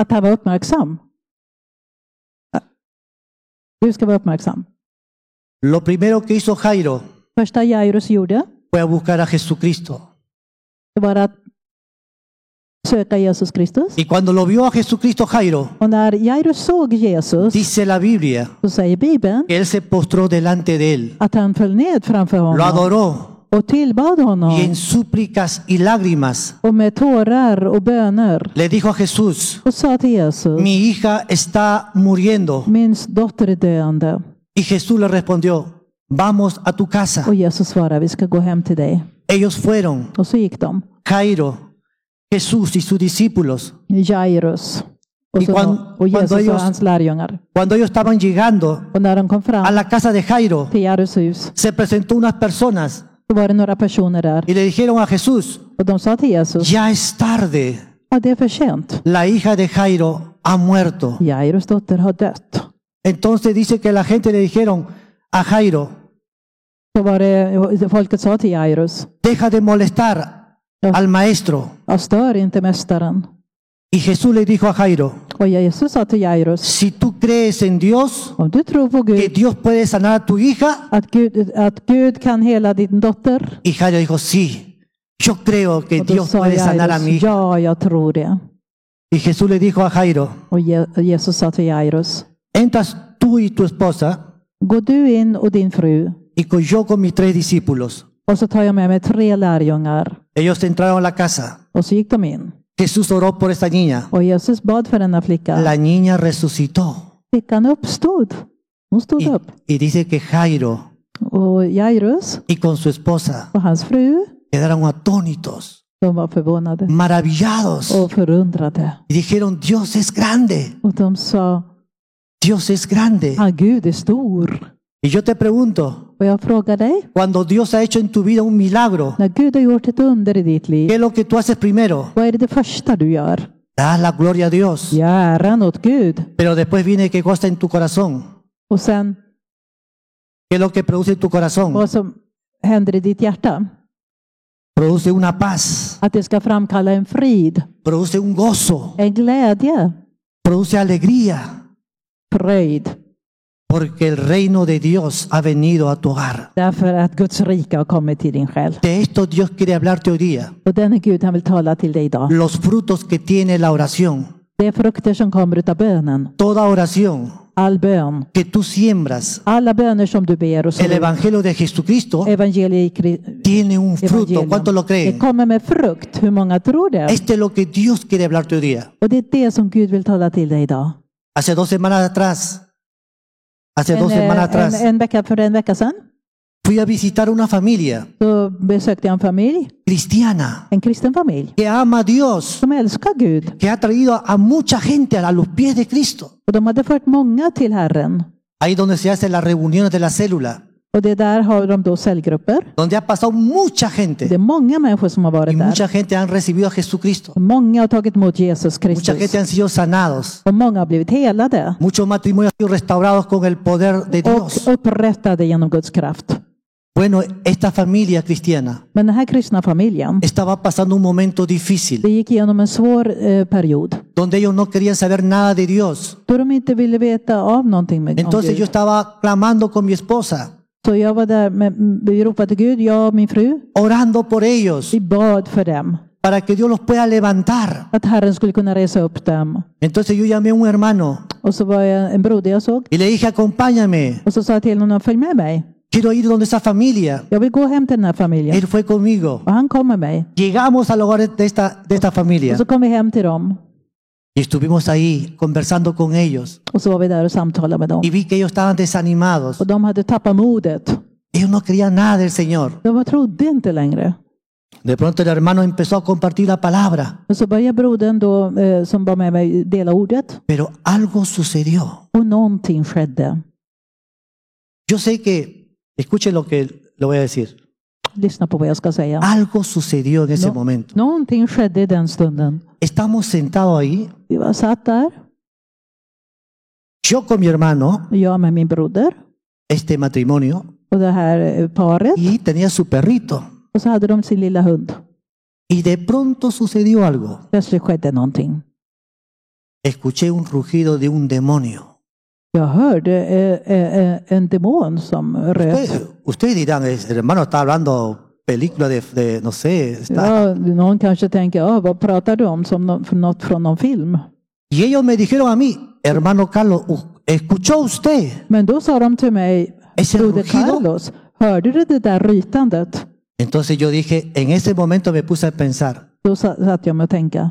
[SPEAKER 3] att han var uppmärksam. Du ska vara uppmärksam.
[SPEAKER 2] Lo primero que hizo Jairo
[SPEAKER 3] Första Jairus gjorde,
[SPEAKER 2] fue a buscar a Jesucristo.
[SPEAKER 3] det var att söka Jesus Kristus.
[SPEAKER 2] Y cuando lo vio a Jesucristo Jairo,
[SPEAKER 3] Och när Jairus såg Jesus,
[SPEAKER 2] dice la Biblia
[SPEAKER 3] så säger Bibeln
[SPEAKER 2] que él se postró delante de él,
[SPEAKER 3] att han föll ned framför
[SPEAKER 2] lo
[SPEAKER 3] honom
[SPEAKER 2] adoró
[SPEAKER 3] och tillbad
[SPEAKER 2] y en
[SPEAKER 3] honom
[SPEAKER 2] súplicas y lágrimas
[SPEAKER 3] och med tårar och böner
[SPEAKER 2] le dijo a Jesús,
[SPEAKER 3] och sa till Jesus,
[SPEAKER 2] mi hija está muriendo.
[SPEAKER 3] min dotter är döende.
[SPEAKER 2] Y Jesús le respondió, vamos a tu casa.
[SPEAKER 3] Och Jesus svarade, vi ska gå hem till dig.
[SPEAKER 2] Ellos fueron
[SPEAKER 3] Och så gick de.
[SPEAKER 2] Jairo, Jesús y sus discípulos.
[SPEAKER 3] Jairus och,
[SPEAKER 2] Y
[SPEAKER 3] så,
[SPEAKER 2] cuan-
[SPEAKER 3] och
[SPEAKER 2] cuando
[SPEAKER 3] Jesus och
[SPEAKER 2] ellos-
[SPEAKER 3] hans lärjungar.
[SPEAKER 2] Cuando ellos estaban llegando
[SPEAKER 3] Och när de kom
[SPEAKER 2] a
[SPEAKER 3] fram
[SPEAKER 2] la casa de Jairo,
[SPEAKER 3] till Jairus hus,
[SPEAKER 2] se presentó unas personas
[SPEAKER 3] så var det några personer där.
[SPEAKER 2] y le dijeron a Jesús,
[SPEAKER 3] Och de sa till Jesus,
[SPEAKER 2] ya es tarde,
[SPEAKER 3] ja det är för sent.
[SPEAKER 2] la hija de Jairo ha muerto.
[SPEAKER 3] Jairus dotter har dött.
[SPEAKER 2] Entonces dice que la gente le dijeron a Jairo,
[SPEAKER 3] Så var det, folket sa till Jairus,
[SPEAKER 2] deja de molestar al maestro.
[SPEAKER 3] ja, stör inte mästaren.
[SPEAKER 2] Y Jesús le dijo a Jairo,
[SPEAKER 3] Och Jesus sa till Jairus,
[SPEAKER 2] si tú crees en Dios,
[SPEAKER 3] om du tror på
[SPEAKER 2] que
[SPEAKER 3] Gud,
[SPEAKER 2] Dios puede sanar a tu hija,
[SPEAKER 3] att Gud, att Gud kan hela din dotter.
[SPEAKER 2] Y Jairo dijo, sí, yo creo que
[SPEAKER 3] Och då
[SPEAKER 2] Dios
[SPEAKER 3] sa
[SPEAKER 2] puede sanar a mi
[SPEAKER 3] Jairus,
[SPEAKER 2] hija.
[SPEAKER 3] ja jag tror det.
[SPEAKER 2] Y Jesús le dijo a Jairo,
[SPEAKER 3] Och Je- Jesus sa till Jairus,
[SPEAKER 2] entras tú y tu esposa
[SPEAKER 3] gå du in och din fru
[SPEAKER 2] y co- yo con mis tres discípulos.
[SPEAKER 3] och så tar jag med mig tre lärjungar.
[SPEAKER 2] Ellos entraron a la casa.
[SPEAKER 3] Och så gick de in.
[SPEAKER 2] Jesús oró por esta niña.
[SPEAKER 3] Och Jesus bad för denna flicka.
[SPEAKER 2] La niña resucitó.
[SPEAKER 3] Flickan uppstod. Hon stod
[SPEAKER 2] Y,
[SPEAKER 3] upp.
[SPEAKER 2] y dice que Jairo
[SPEAKER 3] Och Jairus
[SPEAKER 2] y con su esposa
[SPEAKER 3] och hans fru,
[SPEAKER 2] quedaron atónitos,
[SPEAKER 3] de var förvånade
[SPEAKER 2] maravillados.
[SPEAKER 3] och förundrade.
[SPEAKER 2] Y dijeron, Dios es grande,
[SPEAKER 3] Och de sa,
[SPEAKER 2] Dios es grande.
[SPEAKER 3] han Gud är stor.
[SPEAKER 2] Y yo te pregunto,
[SPEAKER 3] Och jag frågar dig,
[SPEAKER 2] cuando Dios ha hecho en tu vida un milagro,
[SPEAKER 3] när Gud har gjort ett under i ditt liv,
[SPEAKER 2] ¿qué es lo que tú haces primero?
[SPEAKER 3] vad är det, det första du gör?
[SPEAKER 2] Das la gloria a Dios.
[SPEAKER 3] Ge äran åt Gud.
[SPEAKER 2] Pero después viene qué cosa en tu corazón.
[SPEAKER 3] Och sen,
[SPEAKER 2] ¿Qué es lo que produce en tu corazón?
[SPEAKER 3] vad som händer i ditt hjärta.
[SPEAKER 2] Produce una paz,
[SPEAKER 3] Att det ska framkalla en frid,
[SPEAKER 2] produce un gozo,
[SPEAKER 3] en glädje,
[SPEAKER 2] produce alegría,
[SPEAKER 3] fröjd.
[SPEAKER 2] porque el reino de Dios ha venido a tu hogar.
[SPEAKER 3] Därför att Guds rike har kommit till din själ.
[SPEAKER 2] De esto Dios quiere hablarte hoy día.
[SPEAKER 3] Och denne Gud han vill tala till dig idag.
[SPEAKER 2] Los frutos que tiene la oración.
[SPEAKER 3] Det är frukter som kommer utav bönen.
[SPEAKER 2] Toda oración
[SPEAKER 3] All bön.
[SPEAKER 2] que tú siembras,
[SPEAKER 3] Alla böner som du ber och så.
[SPEAKER 2] el Evangelio de Jesucristo,
[SPEAKER 3] Evangeliet i Kri-
[SPEAKER 2] tiene un fruto.
[SPEAKER 3] evangelium.
[SPEAKER 2] ¿Cuántos lo
[SPEAKER 3] Det
[SPEAKER 2] creen?
[SPEAKER 3] kommer med frukt. Hur många tror det?
[SPEAKER 2] Este es lo que Dios quiere hablarte hoy día.
[SPEAKER 3] Och det är det som Gud vill tala till dig idag.
[SPEAKER 2] Hace dos semanas atrás, hace
[SPEAKER 3] En,
[SPEAKER 2] dos
[SPEAKER 3] eh,
[SPEAKER 2] semanas atrás,
[SPEAKER 3] en, en vecka, för en vecka sedan
[SPEAKER 2] fui a visitar una familia
[SPEAKER 3] så besökte jag en familj,
[SPEAKER 2] cristiana
[SPEAKER 3] en kristen familj,
[SPEAKER 2] que ama a Dios,
[SPEAKER 3] som älskar Gud.
[SPEAKER 2] que ha traído a mucha gente a los pies de Cristo.
[SPEAKER 3] Och de hade fört många till Herren.
[SPEAKER 2] Ahí donde se hacen las reuniones de la célula,
[SPEAKER 3] Och det där har de då cellgrupper.
[SPEAKER 2] donde ha pasado mucha
[SPEAKER 3] Det är
[SPEAKER 2] gente
[SPEAKER 3] många människor som har
[SPEAKER 2] y
[SPEAKER 3] varit där.
[SPEAKER 2] mucha gente han recibido a Jesucristo.
[SPEAKER 3] Många har tagit emot Jesus
[SPEAKER 2] Mucha
[SPEAKER 3] Kristus.
[SPEAKER 2] gente han sido sanados,
[SPEAKER 3] Och många har blivit helade.
[SPEAKER 2] muchos matrimonios han sido restaurados con el poder de Dios.
[SPEAKER 3] Och upprättade genom Guds kraft.
[SPEAKER 2] Bueno, esta familia cristiana
[SPEAKER 3] Men den här kristna familjen,
[SPEAKER 2] estaba pasando un momento
[SPEAKER 3] det
[SPEAKER 2] difícil
[SPEAKER 3] gick igenom en svår eh, period.
[SPEAKER 2] donde ellos no querían saber nada de Dios.
[SPEAKER 3] Då de inte ville veta av någonting med om
[SPEAKER 2] Entonces
[SPEAKER 3] Gud.
[SPEAKER 2] yo estaba clamando con mi esposa,
[SPEAKER 3] Så jag var där med, vi ropade Gud, jag och min fru.
[SPEAKER 2] orando por ellos,
[SPEAKER 3] Vi bad för dem.
[SPEAKER 2] para que Dios los pueda levantar.
[SPEAKER 3] Att Herren skulle kunna resa upp dem.
[SPEAKER 2] Entonces yo llamé a un hermano
[SPEAKER 3] Och så var jag en broder jag såg.
[SPEAKER 2] y le dije, acompáñame,
[SPEAKER 3] Och så sa jag till honom, följ med mig.
[SPEAKER 2] quiero ir donde esa familia.
[SPEAKER 3] Jag vill gå hem till den här familjen.
[SPEAKER 2] Él fue conmigo.
[SPEAKER 3] Och han kom med mig.
[SPEAKER 2] Llegamos al hogar de esta, de esta
[SPEAKER 3] Och
[SPEAKER 2] familia
[SPEAKER 3] så kom vi hem till dem.
[SPEAKER 2] y estuvimos ahí conversando con ellos
[SPEAKER 3] Och så var vi där och samtalade med dem.
[SPEAKER 2] y vi que ellos estaban desanimados.
[SPEAKER 3] Och de hade tappat modet.
[SPEAKER 2] Ellos no querían nada del Señor.
[SPEAKER 3] De trodde inte längre.
[SPEAKER 2] De pronto el hermano empezó a compartir la palabra,
[SPEAKER 3] Och så började brodern då, eh, som var med mig, dela ordet.
[SPEAKER 2] pero algo sucedió.
[SPEAKER 3] Och någonting skedde.
[SPEAKER 2] Yo sé que, escuchen lo que lo voy a decir,
[SPEAKER 3] Lyssna på vad jag ska säga.
[SPEAKER 2] algo sucedió en ese
[SPEAKER 3] No.
[SPEAKER 2] momento.
[SPEAKER 3] Någonting skedde i den stunden.
[SPEAKER 2] Estamos sentados ahí,
[SPEAKER 3] Vi var satt där,
[SPEAKER 2] yo con mi hermano,
[SPEAKER 3] jag med min broder
[SPEAKER 2] este matrimonio,
[SPEAKER 3] och det här eh, paret.
[SPEAKER 2] y tenía su perrito.
[SPEAKER 3] Och så hade de sin lilla hund.
[SPEAKER 2] Y de pronto sucedió algo.
[SPEAKER 3] Plötsligt skedde någonting.
[SPEAKER 2] Escuché un rugido de un demonio.
[SPEAKER 3] Jag hörde eh, eh, eh, en demon som röt.
[SPEAKER 2] Ustedes Pues, ustedes dirán, "Es- hermano, está hablando película de, de, no sé. está-".
[SPEAKER 3] Ja, någon kanske tänker, ah, vad pratar du om? Som nå- för något från någon film.
[SPEAKER 2] Y ellos me dijeron a mí, hermano Carlos, u- ¿escuchó usted
[SPEAKER 3] Men då sa de till mig,
[SPEAKER 2] ese
[SPEAKER 3] broder
[SPEAKER 2] rugido?
[SPEAKER 3] Carlos, hörde du det där rytandet?
[SPEAKER 2] Entonces yo dije, en ese momento me puse a pensar,
[SPEAKER 3] Då sa- satt jag mig och tänkte.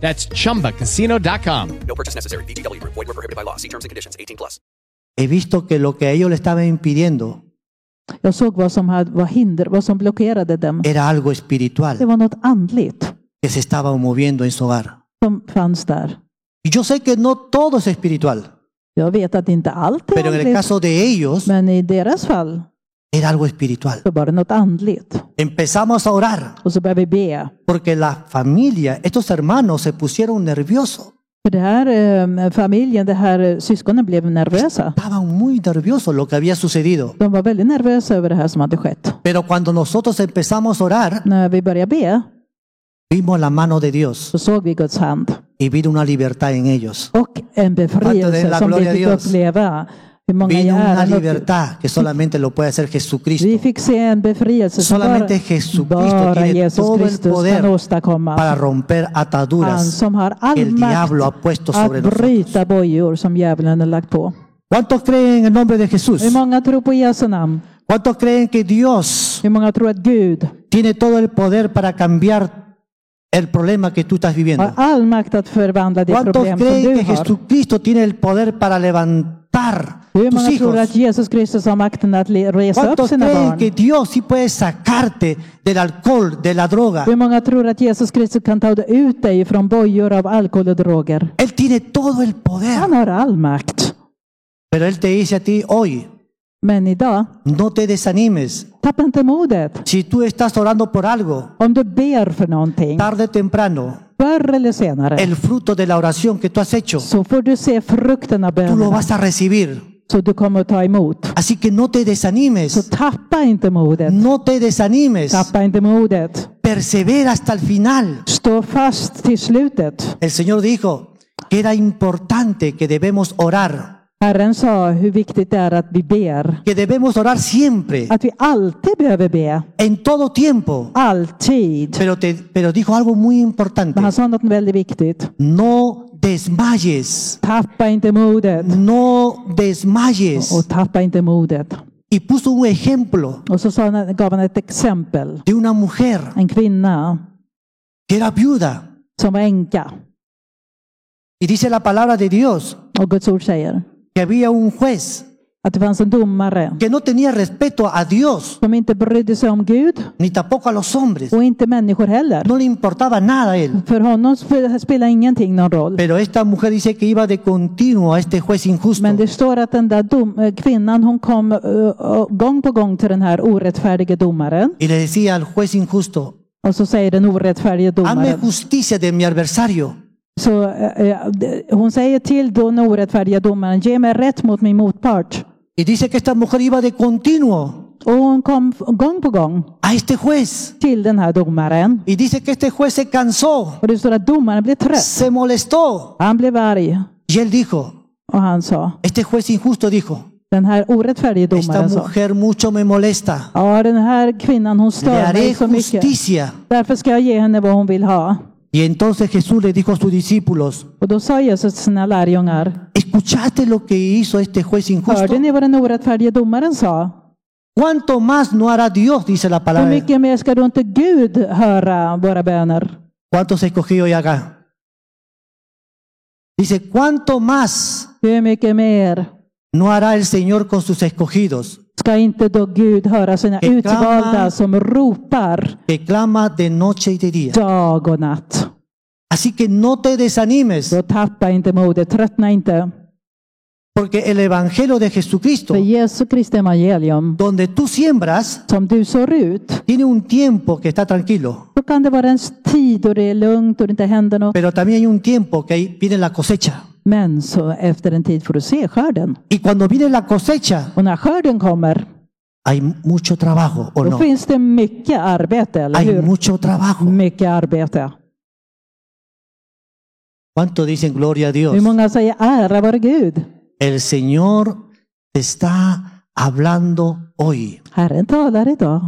[SPEAKER 5] That's chumbacasino.com.
[SPEAKER 6] No purchase necessary. VGW Group. Void were prohibited by law. See terms and conditions. 18 plus.
[SPEAKER 2] he visto que lo que a ellos le estaban impidiendo
[SPEAKER 3] Jag såg vad som hade, var hinder, vad som blockerade dem.
[SPEAKER 2] era algo
[SPEAKER 3] Det
[SPEAKER 2] espiritual
[SPEAKER 3] var något andligt
[SPEAKER 2] que se estaba moviendo en su hogar.
[SPEAKER 3] som fanns där.
[SPEAKER 2] Y yo sé que no todo es espiritual,
[SPEAKER 3] Jag vet att inte allt är
[SPEAKER 2] pero en el
[SPEAKER 3] andligt,
[SPEAKER 2] caso de ellos
[SPEAKER 3] men i deras fall
[SPEAKER 2] era algo espiritual.
[SPEAKER 3] så var det något andligt.
[SPEAKER 2] Empezamos a orar
[SPEAKER 3] Och så började vi be.
[SPEAKER 2] porque la familia, estos hermanos se pusieron nerviosos,
[SPEAKER 3] För det här eh, familjen, det här eh, syskonen blev nervösa.
[SPEAKER 2] estaban muy nerviosos lo que había sucedido.
[SPEAKER 3] De var väldigt nervösa över det här som hade skett.
[SPEAKER 2] Pero cuando nosotros empezamos a orar,
[SPEAKER 3] När vi började be
[SPEAKER 2] vimos la mano de Dios
[SPEAKER 3] så såg vi Guds hand
[SPEAKER 2] y vino una libertad en ellos.
[SPEAKER 3] och en
[SPEAKER 2] Ante de la
[SPEAKER 3] befrielse som vi
[SPEAKER 2] gloria
[SPEAKER 3] fick
[SPEAKER 2] Dios.
[SPEAKER 3] uppleva. Hur många i
[SPEAKER 2] Vino una
[SPEAKER 3] äran och-
[SPEAKER 2] libertad que solamente lo puede hacer
[SPEAKER 3] Vi
[SPEAKER 2] Jesucristo
[SPEAKER 3] fick se en befrielse som
[SPEAKER 2] Solamente
[SPEAKER 3] bara,
[SPEAKER 2] Jesucristo
[SPEAKER 3] bara
[SPEAKER 2] tiene todo
[SPEAKER 3] Jesus
[SPEAKER 2] el
[SPEAKER 3] Kristus
[SPEAKER 2] poder
[SPEAKER 3] kan åstadkomma.
[SPEAKER 2] para romper
[SPEAKER 3] Han
[SPEAKER 2] ataduras
[SPEAKER 3] som har all
[SPEAKER 2] el
[SPEAKER 3] makt
[SPEAKER 2] diablo ha puesto
[SPEAKER 3] att
[SPEAKER 2] sobre nosotros.
[SPEAKER 3] bryta bojor som djävulen har lagt på.
[SPEAKER 2] ¿Cuántos creen en el nombre de Jesús?
[SPEAKER 3] Hur många tror på Jesu namn?
[SPEAKER 2] ¿Cuántos creen que Dios
[SPEAKER 3] Hur många tror att Gud
[SPEAKER 2] tiene todo el poder para cambiar el problema que tú estás
[SPEAKER 3] har
[SPEAKER 2] viviendo?
[SPEAKER 3] all makt att förvandla det
[SPEAKER 2] ¿Cuántos
[SPEAKER 3] problem som
[SPEAKER 2] creen
[SPEAKER 3] du
[SPEAKER 2] que
[SPEAKER 3] har?
[SPEAKER 2] Jesucristo tiene el poder para levantar
[SPEAKER 3] Hur
[SPEAKER 2] tus
[SPEAKER 3] många tror att
[SPEAKER 2] hijos?
[SPEAKER 3] Jesus Kristus har makten att le- resa upp
[SPEAKER 2] ¿Cuántos
[SPEAKER 3] sina
[SPEAKER 2] creen que
[SPEAKER 3] barn?
[SPEAKER 2] Dios sí puede sacarte del alcohol, de la droga?
[SPEAKER 3] Hur många tror att Jesus Kristus kan ta ut dig från bojor av alkohol och droger?
[SPEAKER 2] Él tiene todo el poder.
[SPEAKER 3] Han har all makt.
[SPEAKER 2] Pero Él te dice a ti hoy,
[SPEAKER 3] Men idag,
[SPEAKER 2] no te desanimes.
[SPEAKER 3] tappa inte modet.
[SPEAKER 2] Si tú estás orando por algo,
[SPEAKER 3] Om du ber för någonting,
[SPEAKER 2] tarde o temprano,
[SPEAKER 3] förr eller senare,
[SPEAKER 2] el fruto de la oración que tú has hecho,
[SPEAKER 3] så får du se frukten av
[SPEAKER 2] tú lo
[SPEAKER 3] bönerna.
[SPEAKER 2] vas a recibir.
[SPEAKER 3] Så du kommer att ta emot.
[SPEAKER 2] Así que no te
[SPEAKER 3] Så
[SPEAKER 2] desanimes.
[SPEAKER 3] tappa inte modet.
[SPEAKER 2] No te desanimes.
[SPEAKER 3] Tappa inte modet.
[SPEAKER 2] Persevera hasta el final.
[SPEAKER 3] Stå fast till slutet.
[SPEAKER 2] El Señor dijo que era importante que debemos orar,
[SPEAKER 3] Herren sa hur viktigt det är att vi ber.
[SPEAKER 2] que debemos orar siempre,
[SPEAKER 3] Att vi alltid behöver be.
[SPEAKER 2] en todo tiempo.
[SPEAKER 3] Alltid.
[SPEAKER 2] Pero, te, pero dijo algo muy importante.
[SPEAKER 3] Men han sa något väldigt viktigt.
[SPEAKER 2] No desmayes,
[SPEAKER 3] Tappa inte modet.
[SPEAKER 2] no desmayes.
[SPEAKER 3] Och tappa inte modet.
[SPEAKER 2] Y puso un ejemplo
[SPEAKER 3] Och så sa han, gav han ett exempel.
[SPEAKER 2] de una mujer
[SPEAKER 3] En kvinna
[SPEAKER 2] que era viuda.
[SPEAKER 3] som var änka.
[SPEAKER 2] Y dice la palabra de Dios
[SPEAKER 3] Och Guds ord säger
[SPEAKER 2] que había un juez
[SPEAKER 3] Att det fanns en domare
[SPEAKER 2] que no tenía respeto a Dios
[SPEAKER 3] som inte brydde sig om Gud
[SPEAKER 2] ni tampoco a los hombres.
[SPEAKER 3] och inte människor heller.
[SPEAKER 2] No le importaba nada a él.
[SPEAKER 3] För honom sp- spelar ingenting någon roll.
[SPEAKER 2] Pero esta mujer dice que iba de continuo a este juez injusto.
[SPEAKER 3] Men det står att den där dom, eh, kvinnan hon kom eh, eh, gång på gång till den här orättfärdige domaren.
[SPEAKER 2] Y le decía al juez injusto,
[SPEAKER 3] Och så säger den orättfärdige
[SPEAKER 2] hazme
[SPEAKER 3] domaren.
[SPEAKER 2] justicia de mi adversario.
[SPEAKER 3] Så, eh, eh, d- hon säger till då den orättfärdiga domaren, ge mig rätt mot min motpart.
[SPEAKER 2] Y dice que esta mujer iba de continuo
[SPEAKER 3] Och hon kom f- gång på gång
[SPEAKER 2] a este juez.
[SPEAKER 3] till den här domaren.
[SPEAKER 2] Y dice que este juez se cansó,
[SPEAKER 3] Och det står att domaren blev trött.
[SPEAKER 2] se molestó.
[SPEAKER 3] Han blev arg.
[SPEAKER 2] Y él dijo,
[SPEAKER 3] Och han sa,
[SPEAKER 2] este juez injusto dijo,
[SPEAKER 3] den här orättfärdige
[SPEAKER 2] esta
[SPEAKER 3] domaren sa,
[SPEAKER 2] mujer mucho me molesta.
[SPEAKER 3] ja den här kvinnan hon
[SPEAKER 2] Le
[SPEAKER 3] stör mig
[SPEAKER 2] haré
[SPEAKER 3] så mycket.
[SPEAKER 2] justicia.
[SPEAKER 3] Därför ska jag ge henne vad hon vill ha.
[SPEAKER 2] Y entonces Jesús le dijo a sus discípulos,
[SPEAKER 3] Och då sa Jesus till sina lärjungar,
[SPEAKER 2] ¿escuchaste lo que hizo este juez injusto?
[SPEAKER 3] hörde ni vad den orättfärdige domaren sa?
[SPEAKER 2] ¿Cuánto más no hará Dios? Dice la
[SPEAKER 3] Hur
[SPEAKER 2] palabra.
[SPEAKER 3] mycket mer ska då inte Gud höra våra böner?
[SPEAKER 2] ¿Cuántos escogió hoy acá? Dice, ¿cuánto más
[SPEAKER 3] Hur mycket mer
[SPEAKER 2] no hará el Señor con sus escogidos?
[SPEAKER 3] ska inte då Gud höra sina
[SPEAKER 2] Reklama.
[SPEAKER 3] utvalda som ropar
[SPEAKER 2] Que clama de noche y de día.
[SPEAKER 3] dag och natt?
[SPEAKER 2] Así que no te desanimes,
[SPEAKER 3] Då tappa inte modet, tröttna inte.
[SPEAKER 2] porque el Evangelio de Jesucristo,
[SPEAKER 3] För Jesu Kristi evangelium,
[SPEAKER 2] donde tú siembras,
[SPEAKER 3] som du sår ut,
[SPEAKER 2] tiene un tiempo que está tranquilo,
[SPEAKER 3] då kan det vara en tid då det är lugnt och det inte händer något.
[SPEAKER 2] pero también hay un tiempo que ahí viene la cosecha.
[SPEAKER 3] Men så efter en tid får du se skörden.
[SPEAKER 2] Y cuando viene la cosecha,
[SPEAKER 3] Och när skörden kommer,
[SPEAKER 2] hay mucho trabajo, ¿o
[SPEAKER 3] då
[SPEAKER 2] no?
[SPEAKER 3] finns det mycket arbete, eller
[SPEAKER 2] Hay
[SPEAKER 3] hur?
[SPEAKER 2] mucho trabajo.
[SPEAKER 3] Mycket arbete.
[SPEAKER 2] ¿Cuánto dicen gloria a Dios?
[SPEAKER 3] Hur många säger ära vare Gud?
[SPEAKER 2] El Señor te está hablando hoy.
[SPEAKER 3] Herren talar idag.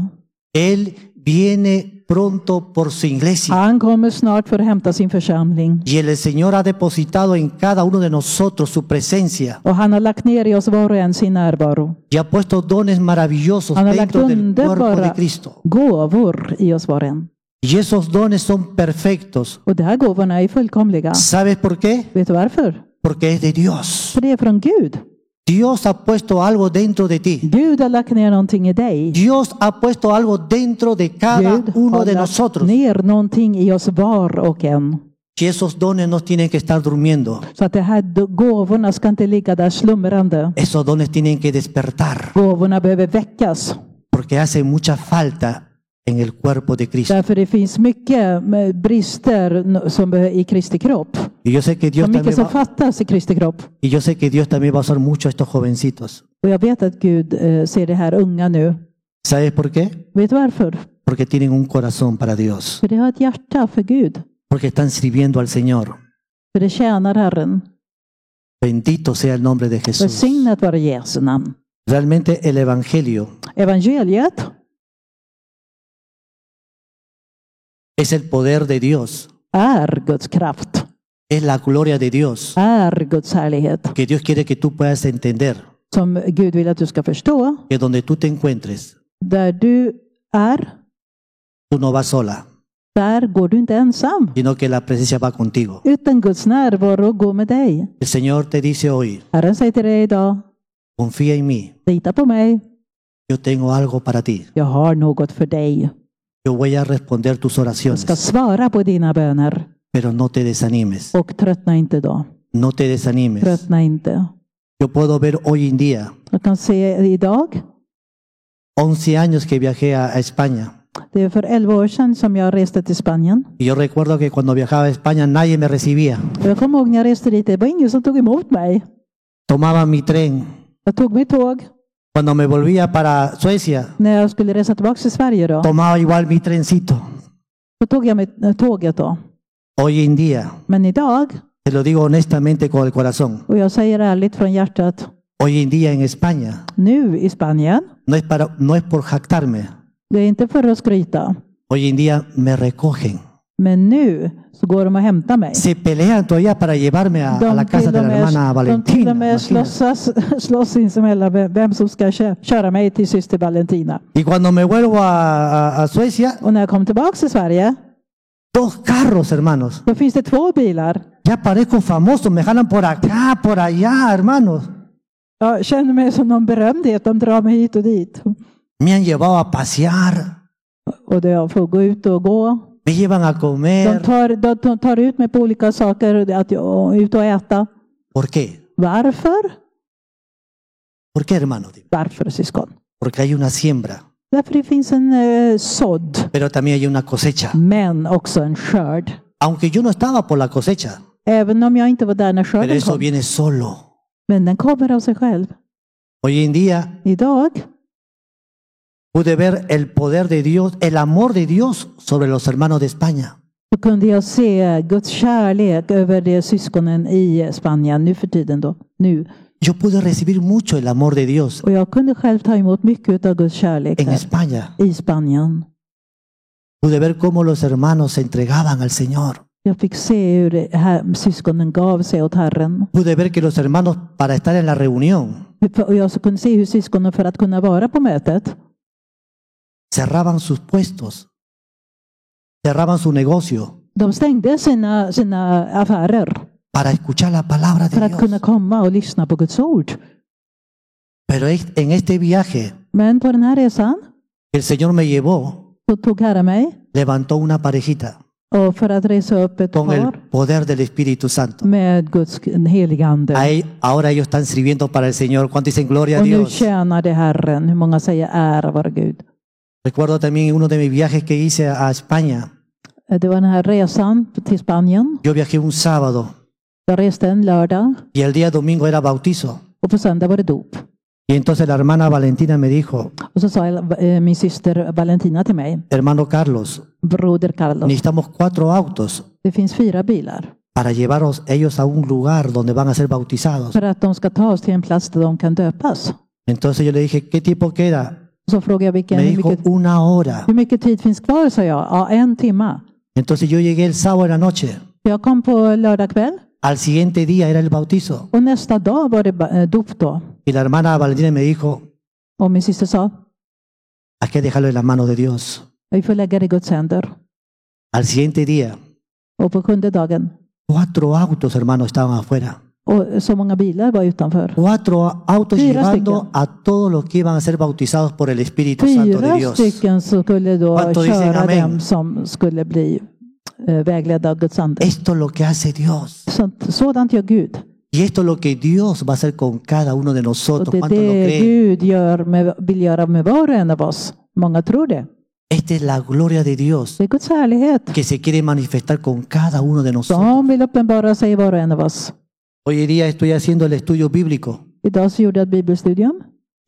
[SPEAKER 2] Él viene pronto por su iglesia.
[SPEAKER 3] Han kommer snart för att hämta sin församling.
[SPEAKER 2] Y el Señor ha depositado en cada uno de nosotros su presencia.
[SPEAKER 3] Och han har lagt ner i oss var och en sin närvaro.
[SPEAKER 2] Y ha puesto dones maravillosos
[SPEAKER 3] Han har lagt
[SPEAKER 2] dentro del cuerpo de
[SPEAKER 3] underbara
[SPEAKER 2] Cristo.
[SPEAKER 3] gåvor i oss var och en.
[SPEAKER 2] Y esos dones son perfectos.
[SPEAKER 3] Och de här gåvorna är fullkomliga.
[SPEAKER 2] ¿Sabes por qué?
[SPEAKER 3] Vet du varför?
[SPEAKER 2] Porque es de Dios.
[SPEAKER 3] För det är från Gud.
[SPEAKER 2] Dios ha puesto algo dentro de ti.
[SPEAKER 3] Gud har lagt ner någonting i dig.
[SPEAKER 2] Dios ha puesto algo dentro de cada
[SPEAKER 3] Gud
[SPEAKER 2] uno
[SPEAKER 3] har
[SPEAKER 2] de
[SPEAKER 3] lagt
[SPEAKER 2] nosotros.
[SPEAKER 3] ner någonting i oss var och en.
[SPEAKER 2] Y esos dones no tienen que estar durmiendo.
[SPEAKER 3] Så att de här do- gåvorna ska inte ligga där slumrande.
[SPEAKER 2] Esos dones tienen que despertar
[SPEAKER 3] Gåvorna behöver väckas.
[SPEAKER 2] porque hace mucha falta en el cuerpo de Cristo.
[SPEAKER 3] Därför det finns mycket eh, brister no- som behö- i Kristi kropp.
[SPEAKER 2] Y yo sé que
[SPEAKER 3] Så
[SPEAKER 2] Dios
[SPEAKER 3] mycket
[SPEAKER 2] también
[SPEAKER 3] som
[SPEAKER 2] va,
[SPEAKER 3] fattas i Kristi kropp.
[SPEAKER 2] y yo sé que Dios también va a usar mucho a estos jovencitos.
[SPEAKER 3] Och jag vet att Gud eh, ser det här unga nu.
[SPEAKER 2] ¿Sabes por qué?
[SPEAKER 3] Vet du varför?
[SPEAKER 2] Porque tienen un corazón para Dios,
[SPEAKER 3] För det har ett hjärta för Gud.
[SPEAKER 2] porque están sirviendo al Señor.
[SPEAKER 3] För det tjänar Herren.
[SPEAKER 2] Bendito sea el nombre de Jesús.
[SPEAKER 3] Välsignat vare Jesu namn.
[SPEAKER 2] Realmente el evangelio
[SPEAKER 3] Evangeliet
[SPEAKER 2] es el poder de Dios,
[SPEAKER 3] är Guds kraft.
[SPEAKER 2] es la gloria de Dios
[SPEAKER 3] Är Guds härlighet.
[SPEAKER 2] que Dios quiere que tú puedas entender
[SPEAKER 3] Som Gud vill att du ska förstå.
[SPEAKER 2] que donde tú te encuentres,
[SPEAKER 3] Där du är,
[SPEAKER 2] tú no vas sola,
[SPEAKER 3] där går du inte ensam.
[SPEAKER 2] sino que la presencia va contigo.
[SPEAKER 3] Utan Guds närvaro går med dig.
[SPEAKER 2] El Señor te dice hoy,
[SPEAKER 3] Herren säger till dig idag,
[SPEAKER 2] confía en mí.
[SPEAKER 3] lita på mig.
[SPEAKER 2] Yo tengo algo para ti.
[SPEAKER 3] Jag har något för dig.
[SPEAKER 2] Yo voy a responder tus
[SPEAKER 3] Jag ska
[SPEAKER 2] oraciones.
[SPEAKER 3] svara på dina böner.
[SPEAKER 2] Pero no te desanimes.
[SPEAKER 3] Och tröttna inte då.
[SPEAKER 2] No te desanimes.
[SPEAKER 3] Tröttna inte.
[SPEAKER 2] Yo puedo ver hoy en día,
[SPEAKER 3] Jag kan se idag,
[SPEAKER 2] 11 años que viajé a, a España.
[SPEAKER 3] det är för 11 år sedan som jag reste till Spanien.
[SPEAKER 2] Y yo recuerdo que cuando viajaba a España nadie me recibía.
[SPEAKER 3] Och Jag kommer ihåg när jag reste dit, det var ingen som tog emot mig.
[SPEAKER 2] Tomaba mi tren.
[SPEAKER 3] Jag tog mitt tåg.
[SPEAKER 2] Cuando me volvía para Suecia,
[SPEAKER 3] När jag skulle resa tillbaka till Sverige då,
[SPEAKER 2] tomaba igual mi trencito.
[SPEAKER 3] då tog jag mitt, eh, tåget då.
[SPEAKER 2] Hoy en día,
[SPEAKER 3] Men idag,
[SPEAKER 2] te lo digo honestamente con el corazón,
[SPEAKER 3] och jag säger ärligt från hjärtat,
[SPEAKER 2] hoy en día en España
[SPEAKER 3] nu i Spanien,
[SPEAKER 2] no es, para, no es por jactarme.
[SPEAKER 3] det är inte för att skryta,
[SPEAKER 2] Hoy en día me recogen.
[SPEAKER 3] men nu så går de och hämtar mig.
[SPEAKER 2] Se pelean todavía para llevarme a, a la casa de la hermana
[SPEAKER 3] de till
[SPEAKER 2] Valentina.
[SPEAKER 3] och med
[SPEAKER 2] imagínate.
[SPEAKER 3] slåss, [laughs] slåss sinsemellan vem- vem som ska kö- köra mig till syster Valentina.
[SPEAKER 2] Y cuando me vuelvo a, a- a Suecia,
[SPEAKER 3] Och när jag kom tillbaka till Sverige,
[SPEAKER 2] dos carros, hermanos.
[SPEAKER 3] då finns det två bilar.
[SPEAKER 2] Ya parezco famoso, me jalan por acá, por allá, hermanos.
[SPEAKER 3] Jag känner mig som någon berömdhet. De drar mig hit och dit.
[SPEAKER 2] Me han llevado a pasear,
[SPEAKER 3] Och jag får gå ut och gå.
[SPEAKER 2] me llevan a
[SPEAKER 3] De
[SPEAKER 2] comer.
[SPEAKER 3] tar, de de tar ut mig på olika saker. och det- Att jag är ute och äta.
[SPEAKER 2] ¿Por qué?
[SPEAKER 3] Varför?
[SPEAKER 2] ¿Por qué, hermano?
[SPEAKER 3] Varför, syskon?
[SPEAKER 2] Porque hay una siembra,
[SPEAKER 3] Därför det finns en eh, sådd.
[SPEAKER 2] pero también hay una cosecha.
[SPEAKER 3] Men också en skörd.
[SPEAKER 2] Aunque yo no estaba por la cosecha,
[SPEAKER 3] Även om jag inte var där när
[SPEAKER 2] pero
[SPEAKER 3] skörden
[SPEAKER 2] eso
[SPEAKER 3] kom.
[SPEAKER 2] viene solo.
[SPEAKER 3] Men den kommer av sig själv.
[SPEAKER 2] Hoy en día
[SPEAKER 3] Idag
[SPEAKER 2] pude ver el poder de Dios, el amor de Dios sobre los hermanos de España.
[SPEAKER 3] så kunde jag se Guds kärlek över de syskonen i Spanien nu för tiden då. Nu.
[SPEAKER 2] Yo pude recibir mucho el amor de Dios
[SPEAKER 3] Och jag kunde själv ta emot mycket av Guds kärlek
[SPEAKER 2] en
[SPEAKER 3] där,
[SPEAKER 2] España.
[SPEAKER 3] i Spanien.
[SPEAKER 2] Pude ver cómo los hermanos se entregaban al Señor.
[SPEAKER 3] Jag fick se hur det här, syskonen gav sig åt Herren.
[SPEAKER 2] Pude ver que los hermanos para estar en la reunión
[SPEAKER 3] Och jag så kunde se hur syskonen för att kunna vara på mötet
[SPEAKER 2] cerraban sus puestos, cerraban su negocio
[SPEAKER 3] de stängde sina, sina affärer
[SPEAKER 2] para escuchar la palabra
[SPEAKER 3] för
[SPEAKER 2] de
[SPEAKER 3] att
[SPEAKER 2] Dios.
[SPEAKER 3] kunna komma och lyssna på Guds ord.
[SPEAKER 2] Pero es- en este viaje
[SPEAKER 3] Men på den här resan
[SPEAKER 2] el Señor me llevó,
[SPEAKER 3] så tog Herren mig
[SPEAKER 2] levantó una parejita
[SPEAKER 3] och för att resa upp ett
[SPEAKER 2] con el
[SPEAKER 3] par
[SPEAKER 2] poder del Espíritu Santo.
[SPEAKER 3] med Guds heliga Ande.
[SPEAKER 2] Ahí- ahora ellos están sirviendo para el Señor. ¿Cuánto dicen gloria a
[SPEAKER 3] Och nu
[SPEAKER 2] Dios?
[SPEAKER 3] tjänar det Herren. Hur många säger ära vare Gud?
[SPEAKER 2] Recuerdo también uno de mis viajes que hice a España.
[SPEAKER 3] Det var den här resan till Spanien.
[SPEAKER 2] Yo viajé un sábado
[SPEAKER 3] Jag reste en lördag
[SPEAKER 2] y el día domingo era bautizo.
[SPEAKER 3] och på söndag var det dop.
[SPEAKER 2] Y entonces la hermana Valentina me dijo,
[SPEAKER 3] Och så sa jag, eh, min syster Valentina till mig,
[SPEAKER 2] hermano Carlos,
[SPEAKER 3] broder Carlos,
[SPEAKER 2] necesitamos cuatro autos
[SPEAKER 3] det finns fyra bilar
[SPEAKER 2] para llevaros ellos a un lugar donde van a ser bautizados.
[SPEAKER 3] för att de ska ta oss till en plats där de kan döpas.
[SPEAKER 2] Entonces yo le dije, ¿qué tiempo queda?
[SPEAKER 3] Så frågade jag vilken,
[SPEAKER 2] Me
[SPEAKER 3] hur,
[SPEAKER 2] dijo
[SPEAKER 3] mycket,
[SPEAKER 2] una hora.
[SPEAKER 3] hur mycket tid finns kvar, sa jag. Ja, en timma.
[SPEAKER 2] Entonces yo llegué el sábado en la noche.
[SPEAKER 3] Jag kom på lördag kväll
[SPEAKER 2] Al siguiente día era el bautizo.
[SPEAKER 3] och nästa dag var det ba- eh, dop då.
[SPEAKER 2] Y la hermana Valentina me dijo,
[SPEAKER 3] Och min syster sa,
[SPEAKER 2] hay que dejarlo en las manos de Dios.
[SPEAKER 3] vi får lägga det i Guds händer.
[SPEAKER 2] Al siguiente día,
[SPEAKER 3] Och på sjunde dagen
[SPEAKER 2] cuatro autos, hermano, estaban afuera.
[SPEAKER 3] Och så många bilar var utanför.
[SPEAKER 2] Cuatro autos
[SPEAKER 3] Mira,
[SPEAKER 2] llevando a todos los que iban a ser bautizados por el Espíritu Santo de
[SPEAKER 3] Fyra
[SPEAKER 2] Dios.
[SPEAKER 3] stycken som skulle då
[SPEAKER 2] Cuánto dicen
[SPEAKER 3] köra
[SPEAKER 2] amén?
[SPEAKER 3] dem som skulle bli eh, vägledda av Guds ande.
[SPEAKER 2] Esto es lo que hace Dios.
[SPEAKER 3] Sånt, sådant gör Gud.
[SPEAKER 2] Y esto es lo que Dios va a hacer con cada uno de nosotros.
[SPEAKER 3] Och det är
[SPEAKER 2] ¿Cuántos lo
[SPEAKER 3] det
[SPEAKER 2] creen?
[SPEAKER 3] Gud gör med, vill göra med var och en av oss. Många tror det.
[SPEAKER 2] Esta es la gloria de Dios
[SPEAKER 3] Det är Guds härlighet.
[SPEAKER 2] que se quiere manifestar con cada uno de nosotros.
[SPEAKER 3] Han vill uppenbara sig i var och en av oss.
[SPEAKER 2] Hoy en día estoy haciendo el estudio bíblico.
[SPEAKER 3] Idag så gjorde jag ett bibelstudium.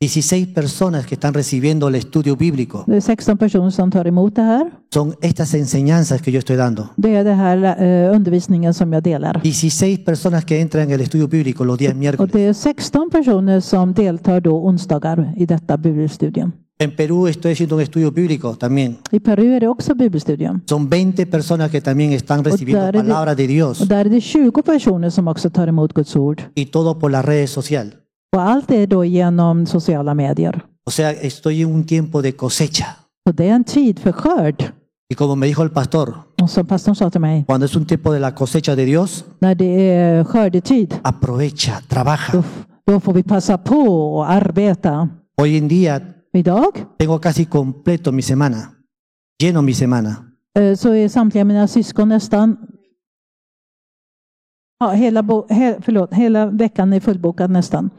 [SPEAKER 2] 16 personas que están recibiendo el estudio bíblico.
[SPEAKER 3] Det är 16 personer som tar emot det här.
[SPEAKER 2] Son estas enseñanzas que yo estoy dando.
[SPEAKER 3] Det är den här eh, undervisningen som jag delar.
[SPEAKER 2] 16 personas que entran en el estudio bíblico los días
[SPEAKER 3] Och
[SPEAKER 2] miércoles.
[SPEAKER 3] det är 16 personer som deltar då onsdagar i detta bibelstudium.
[SPEAKER 2] En Perú estoy haciendo un estudio bíblico también.
[SPEAKER 3] I Peru är det också bibelstudium.
[SPEAKER 2] Son 20 personas que también están recibiendo
[SPEAKER 3] Otar de-
[SPEAKER 2] palabra de Dios
[SPEAKER 3] Och där är det 20 personer som också tar emot Guds ord.
[SPEAKER 2] y todo por las redes sociales.
[SPEAKER 3] Och allt är då genom sociala medier.
[SPEAKER 2] O sea, estoy en un tiempo de cosecha.
[SPEAKER 3] Så det är en tid för skörd.
[SPEAKER 2] Y como me dijo el pastor,
[SPEAKER 3] Och som pastorn sa till mig,
[SPEAKER 2] cuando es un tiempo de la cosecha de Dios,
[SPEAKER 3] när det är skördetid,
[SPEAKER 2] aprovecha, trabaja.
[SPEAKER 3] då får vi passa på och arbeta.
[SPEAKER 2] Hoy en día
[SPEAKER 3] Idag
[SPEAKER 2] tengo casi completo mi semana, lleno mi semana.
[SPEAKER 3] eh, så är samtliga mina syskon nästan Ja, hela, bo, he, förlåt, hela veckan är fullbokad nästan.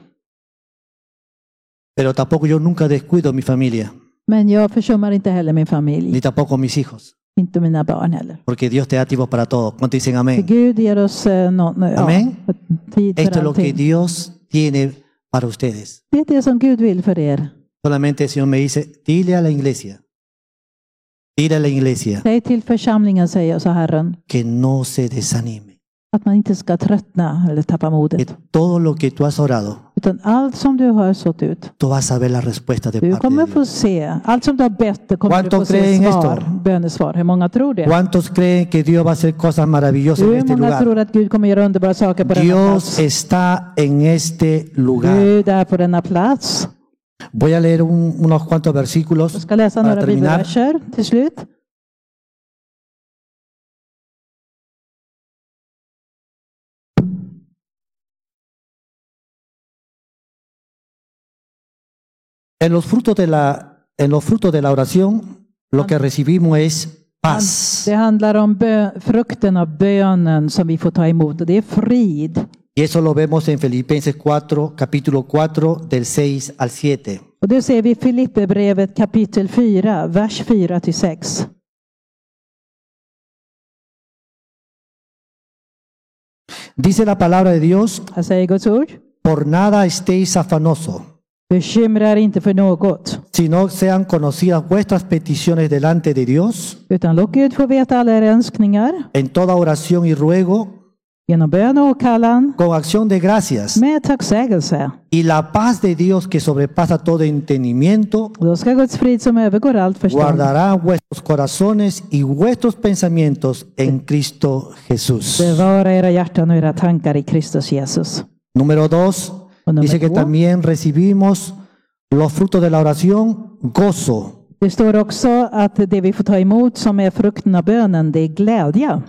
[SPEAKER 2] Pero tampoco yo nunca descuido mi familia,
[SPEAKER 3] Men jag försummar inte heller min familj,
[SPEAKER 2] ni tampoco mis hijos,
[SPEAKER 3] inte mina barn heller.
[SPEAKER 2] porque Dios te da tiempo para todo. ¿Cuánto dicen
[SPEAKER 3] För
[SPEAKER 2] amén?
[SPEAKER 3] Gud ger oss eh, nå- nå-
[SPEAKER 2] Amén.
[SPEAKER 3] ja, tid
[SPEAKER 2] Esto
[SPEAKER 3] för
[SPEAKER 2] es lo que
[SPEAKER 3] allting.
[SPEAKER 2] Dios tiene para ustedes.
[SPEAKER 3] Det är det som Gud vill för er.
[SPEAKER 2] Solamente el Señor me dice, dile a la iglesia, dile a la iglesia
[SPEAKER 3] Säg till församlingen, säger så Herren,
[SPEAKER 2] que no se desanime.
[SPEAKER 3] att man inte ska tröttna eller tappa
[SPEAKER 2] Que
[SPEAKER 3] modet.
[SPEAKER 2] todo lo que tú has orado,
[SPEAKER 3] Utan allt som du har sått ut,
[SPEAKER 2] tú vas a ver la respuesta de
[SPEAKER 3] du
[SPEAKER 2] parte de
[SPEAKER 3] kommer
[SPEAKER 2] Dios.
[SPEAKER 3] få se. Allt som du har bett, det kommer du
[SPEAKER 2] ¿Cuánto
[SPEAKER 3] få se
[SPEAKER 2] creen
[SPEAKER 3] svar,
[SPEAKER 2] esto?
[SPEAKER 3] bönesvar. Hur många tror det?
[SPEAKER 2] ¿Cuántos creen que Dios va a hacer cosas maravillosas en
[SPEAKER 3] Hur
[SPEAKER 2] este
[SPEAKER 3] många tror
[SPEAKER 2] lugar?
[SPEAKER 3] att Gud kommer göra underbara saker på denna
[SPEAKER 2] Dios
[SPEAKER 3] plats?
[SPEAKER 2] está en este lugar.
[SPEAKER 3] Gud är på denna plats.
[SPEAKER 2] Voy a leer un- unos cuantos
[SPEAKER 3] Jag
[SPEAKER 2] versículos
[SPEAKER 3] ska läsa
[SPEAKER 2] Para
[SPEAKER 3] några
[SPEAKER 2] terminar.
[SPEAKER 3] bibelverser till slut.
[SPEAKER 2] En los frutos de la, en los frutos de la oración, lo que recibimos es paz.
[SPEAKER 3] Det handlar om bö- frukten av bönen som vi får ta emot och det är frid.
[SPEAKER 2] Y eso lo vemos en Filipenses 4, capítulo 4, del 6 al 7.
[SPEAKER 3] Och det ser vi i Filipperbrevet kapitel 4, vers 4 till 6.
[SPEAKER 2] Dice la palabra de Dios, por nada estéis afanosos,
[SPEAKER 3] Bekymra er inte för något,
[SPEAKER 2] sino sean conocidas vuestras peticiones delante de Dios,
[SPEAKER 3] utan låt Gud få veta alla era önskningar
[SPEAKER 2] en toda oración y ruego, con acción de gracias, y la paz de Dios que sobrepasa todo entendimiento, guardará vuestros corazones y vuestros pensamientos en Cristo Jesús.
[SPEAKER 3] Bevara era hjärtan och era tankar i Kristus Jesus.
[SPEAKER 2] Número dos, dice que también recibimos los frutos de la oración, gozo.
[SPEAKER 3] Det står också att det vi får ta emot som är frukten av bönen, det är glädje.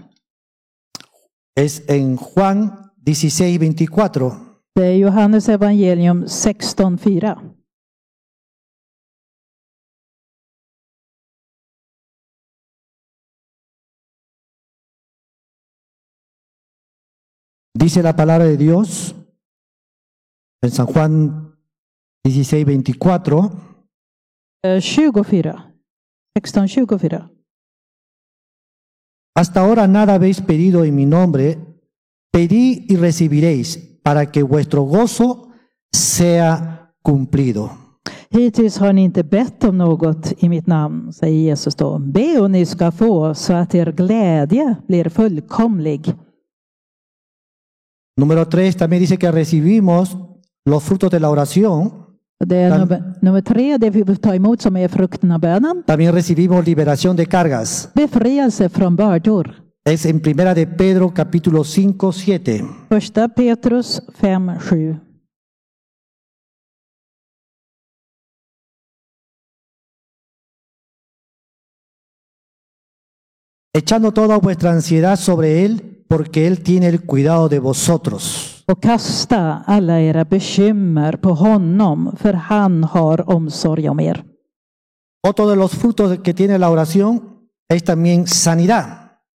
[SPEAKER 2] Es en Juan 16, 24.
[SPEAKER 3] Det är Johannes evangelium 16.4.
[SPEAKER 2] Dice la palabra de Dios en San Juan 16, 24.
[SPEAKER 3] Eh, 24. 16.24.
[SPEAKER 2] Hasta ahora nada habéis pedido en mi nombre, pedid y recibiréis para que vuestro gozo sea cumplido.
[SPEAKER 3] Hittills har ni inte bett om något i mitt namn, säger Jesus då. Be och ni ska få, så att er glädje blir fullkomlig.
[SPEAKER 2] Número 3 también dice que recibimos los frutos de la oración,
[SPEAKER 3] Det är nummer, nummer tre, det vi vill ta emot som är frukten av bönen.
[SPEAKER 2] también recibimos liberación de cargas.
[SPEAKER 3] Befrielse från bördor.
[SPEAKER 2] Es en primera de Pedro capítulo 5, 7.
[SPEAKER 3] Första Petrus 5, 7.
[SPEAKER 2] Echando toda vuestra ansiedad sobre Él, porque Él tiene el cuidado de vosotros.
[SPEAKER 3] Och kasta alla era bekymmer på honom, för han har omsorg om er.
[SPEAKER 2] Otro de los frutos que tiene la oración es también sanidad.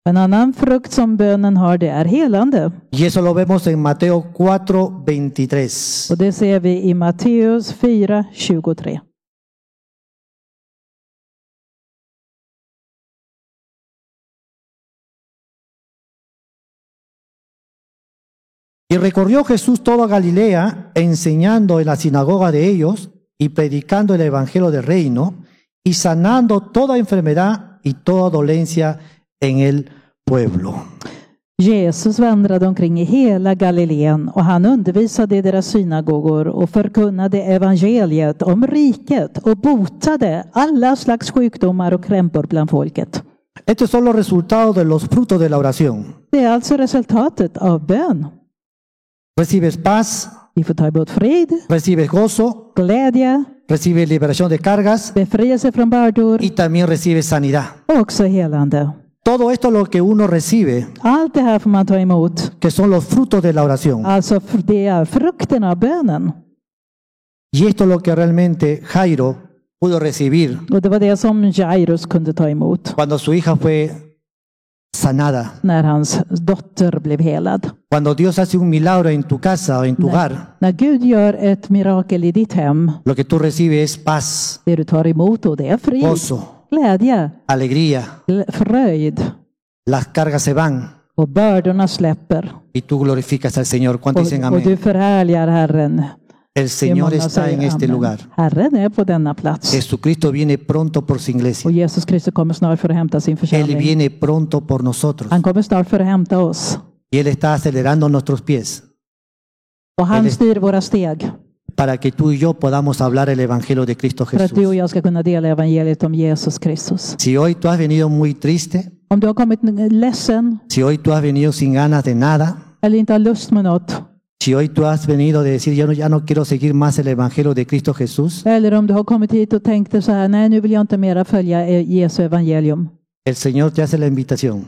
[SPEAKER 3] En annan frukt som bönen har, det är helande.
[SPEAKER 2] Y eso lo vemos en Mateo 4, 23.
[SPEAKER 3] Och det ser vi i Matteus 4, 23.
[SPEAKER 2] Y recorrió Jesús toda Galilea, enseñando en la sinagoga de ellos y predicando el evangelio del reino y sanando toda enfermedad y toda dolencia en el pueblo.
[SPEAKER 3] Jesus vandrade omkring i hela Galileen och han undervisade i deras synagogor och förkunnade evangeliet om riket och botade alla slags sjukdomar och krämpor bland folket.
[SPEAKER 2] Estos son los resultados de los frutos de la oración.
[SPEAKER 3] Det är alltså resultatet av bön.
[SPEAKER 2] Recibes paz,
[SPEAKER 3] Vi får ta emot frid,
[SPEAKER 2] recibes gozo,
[SPEAKER 3] glädje,
[SPEAKER 2] recibes liberación de cargas
[SPEAKER 3] befrielse från bördor
[SPEAKER 2] y también recibes sanidad.
[SPEAKER 3] och också helande.
[SPEAKER 2] Todo esto es lo que uno recibe,
[SPEAKER 3] Allt det här får man ta emot.
[SPEAKER 2] que son los frutos de la oración.
[SPEAKER 3] Alltså f- det är frukten av bönen.
[SPEAKER 2] Y esto es lo que realmente Jairo pudo recibir
[SPEAKER 3] Och det var det som Jairus kunde ta emot
[SPEAKER 2] cuando su hija fue sanada.
[SPEAKER 3] när hans dotter blev helad.
[SPEAKER 2] Cuando Dios hace un milagro en tu casa o en tu hogar,
[SPEAKER 3] När Gud gör ett mirakel i ditt hem,
[SPEAKER 2] lo que tú recibes es paz,
[SPEAKER 3] det du tar emot då, det är frid,
[SPEAKER 2] gozo,
[SPEAKER 3] glädje,
[SPEAKER 2] alegría.
[SPEAKER 3] gl- fröjd.
[SPEAKER 2] Las cargas se van
[SPEAKER 3] Och bördorna släpper.
[SPEAKER 2] y tú glorificas al Señor. ¿Cuántos dicen
[SPEAKER 3] Och, och du
[SPEAKER 2] amén?
[SPEAKER 3] förhärligar Herren.
[SPEAKER 2] El
[SPEAKER 3] Hur
[SPEAKER 2] Señor
[SPEAKER 3] många
[SPEAKER 2] está
[SPEAKER 3] säger
[SPEAKER 2] en este
[SPEAKER 3] amen?
[SPEAKER 2] lugar.
[SPEAKER 3] Herren är på denna plats.
[SPEAKER 2] Jesucristo viene pronto por su
[SPEAKER 3] Och
[SPEAKER 2] iglesia.
[SPEAKER 3] Jesus Kristus kommer snart för att hämta sin
[SPEAKER 2] Él
[SPEAKER 3] församling.
[SPEAKER 2] viene pronto por nosotros
[SPEAKER 3] Han kommer snart för att hämta oss.
[SPEAKER 2] y Él está acelerando nuestros pies
[SPEAKER 3] Och
[SPEAKER 2] Eller-
[SPEAKER 3] han styr våra steg
[SPEAKER 2] para que tú y yo podamos hablar el Evangelio de Cristo
[SPEAKER 3] för att du och
[SPEAKER 2] Jesús.
[SPEAKER 3] jag ska kunna dela evangeliet om Jesus Kristus.
[SPEAKER 2] Si hoy tú has venido muy triste,
[SPEAKER 3] Om du har kommit ledsen
[SPEAKER 2] si hoy tú has venido sin ganas de nada,
[SPEAKER 3] eller inte har lust med något,
[SPEAKER 2] Si hoy tú has venido de decir, yo no, ya no quiero seguir más el Evangelio de Cristo Jesús,
[SPEAKER 3] eller om du har kommit hit och tänkt dig så här, nej nu vill jag inte mera följa eh, Jesu e-, evangelium.
[SPEAKER 2] el Señor te hace la invitación.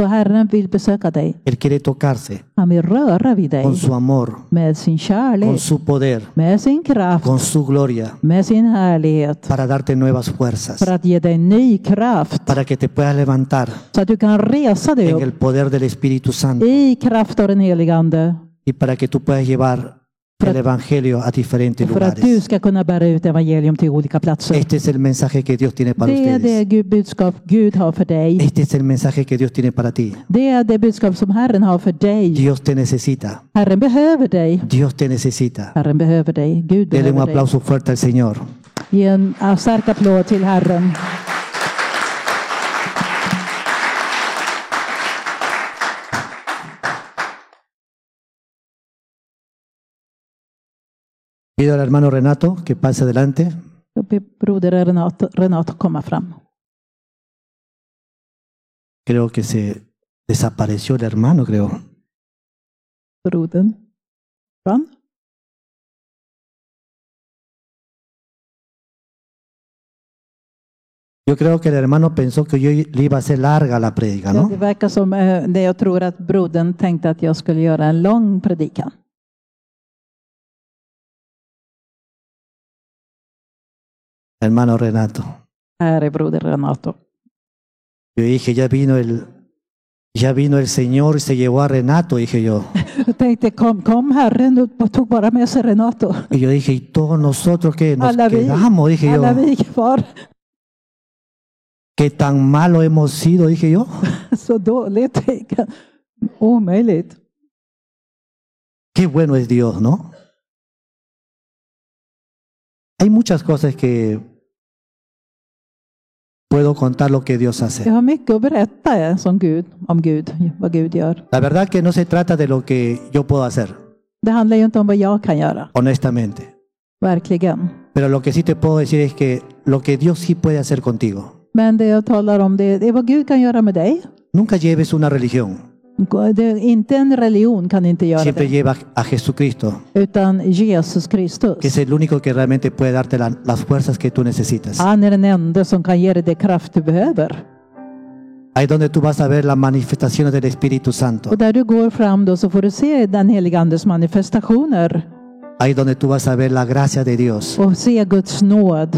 [SPEAKER 3] Så Herren vill besöka dig.
[SPEAKER 2] Él quiere tocarse
[SPEAKER 3] Han vill röra vid dig
[SPEAKER 2] con su amor,
[SPEAKER 3] med sin
[SPEAKER 2] con
[SPEAKER 3] kärlek,
[SPEAKER 2] su poder,
[SPEAKER 3] med sin kraft,
[SPEAKER 2] con su gloria,
[SPEAKER 3] med sin härlighet
[SPEAKER 2] para darte nuevas fuerzas,
[SPEAKER 3] för att ge dig ny kraft
[SPEAKER 2] para que te puedas levantar
[SPEAKER 3] så att du kan resa dig
[SPEAKER 2] en
[SPEAKER 3] upp
[SPEAKER 2] el poder del Espíritu Santo
[SPEAKER 3] i kraft av den helige Ande
[SPEAKER 2] y para que tú puedas llevar el Evangelio a diferentes
[SPEAKER 3] för att du
[SPEAKER 2] lugares.
[SPEAKER 3] ska kunna bära ut evangelium till olika platser.
[SPEAKER 2] Este es el mensaje que Dios tiene para
[SPEAKER 3] Det är
[SPEAKER 2] ustedes.
[SPEAKER 3] det Gud- budskap Gud har för dig.
[SPEAKER 2] Este es el mensaje que Dios tiene para ti.
[SPEAKER 3] Det är det budskap som Herren har för dig.
[SPEAKER 2] Dios te necesita.
[SPEAKER 3] Herren behöver dig.
[SPEAKER 2] Dios te necesita.
[SPEAKER 3] Herren behöver dig. Gud
[SPEAKER 2] Dele un
[SPEAKER 3] behöver dig.
[SPEAKER 2] aplauso fuerte al Señor.
[SPEAKER 3] Ge en eh, stark applåd till Herren.
[SPEAKER 2] Pido al hermano Renato que pase adelante.
[SPEAKER 3] Jag ber broder Renato, Renato komma fram.
[SPEAKER 2] Creo que se desapareció el hermano, creo.
[SPEAKER 3] Brodern. Fram.
[SPEAKER 2] Yo creo que el hermano pensó que yo le iba a hacer larga la prédica,
[SPEAKER 3] Ja,
[SPEAKER 2] ¿no?
[SPEAKER 3] det verkar som eh, det jag tror att brodern tänkte att jag skulle göra en lång predikan.
[SPEAKER 2] Hermano Renato.
[SPEAKER 3] Här är broder Renato.
[SPEAKER 2] Yo dije, ya vino el, ya vino el Señor y se llevó a Renato, dije yo.
[SPEAKER 3] Jag tänkte kom, kom Herren och tog bara med sig Renato.
[SPEAKER 2] Y yo dije, ¿y todos nosotros qué? Nos
[SPEAKER 3] Alla vi,
[SPEAKER 2] quedamos, dije yo.
[SPEAKER 3] alla vi kvar. [laughs]
[SPEAKER 2] ¿Qué tan malo hemos sido, dije yo? [laughs]
[SPEAKER 3] Så dåligt. tänker jag. Omöjligt.
[SPEAKER 2] Qué bueno es Dios, ¿no? Hay muchas cosas que puedo contar lo que Dios
[SPEAKER 3] Jag
[SPEAKER 2] hace.
[SPEAKER 3] har mycket att berätta eh, som Gud, om Gud, vad Gud gör.
[SPEAKER 2] La verdad que no se trata de lo que yo puedo hacer,
[SPEAKER 3] Det handlar ju inte om vad jag kan göra,
[SPEAKER 2] honestamente.
[SPEAKER 3] verkligen.
[SPEAKER 2] Pero lo que sí te puedo decir es que lo que Dios sí puede hacer contigo.
[SPEAKER 3] Men det jag talar om det, det är vad Gud kan göra med dig.
[SPEAKER 2] Nunca lleves una religión,
[SPEAKER 3] Det, är inte en religion kan inte göra
[SPEAKER 2] siempre
[SPEAKER 3] det,
[SPEAKER 2] lleva a Jesucristo,
[SPEAKER 3] utan Jesus Kristus.
[SPEAKER 2] que es el único que realmente puede darte la- las fuerzas que tú necesitas.
[SPEAKER 3] Han är den enda som kan ge dig det kraft du behöver.
[SPEAKER 2] Ahí es donde tú vas a ver las manifestaciones del Espíritu Santo.
[SPEAKER 3] Och där du går fram då så får du se den helige Andes manifestationer
[SPEAKER 2] Ahí es donde tú vas a ver la gracia de Dios.
[SPEAKER 3] och se Guds nåd.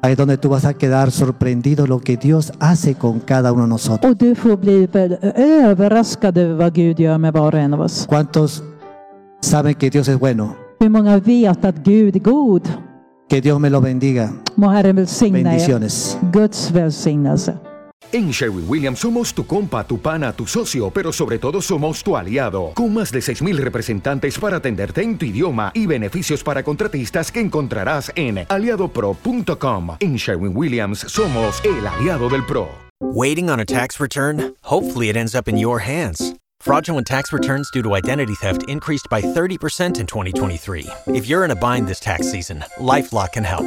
[SPEAKER 2] Ahí es donde tú vas a quedar sorprendido lo que Dios hace con cada uno de nosotros.
[SPEAKER 3] Och du får bli väl överraskad över vad Gud gör med var och en av oss.
[SPEAKER 2] ¿Cuántos saben que Dios es bueno?
[SPEAKER 3] Hur många vet att Gud är god?
[SPEAKER 2] Que Dios me lo bendiga.
[SPEAKER 3] Må Herren välsigna er.
[SPEAKER 2] Bendiciones.
[SPEAKER 3] Guds välsignelse.
[SPEAKER 7] En Sherwin Williams somos tu compa, tu pana, tu socio, pero sobre todo somos tu aliado, con más de 6.000 representantes para atenderte en tu idioma y beneficios para contratistas que encontrarás en aliadopro.com. En Sherwin Williams somos el aliado del PRO.
[SPEAKER 8] Waiting on a tax return? Hopefully, it ends up in your hands. Fraudulent tax returns due to identity theft increased by 30% in 2023. If you're in a bind this tax season, LifeLock can help.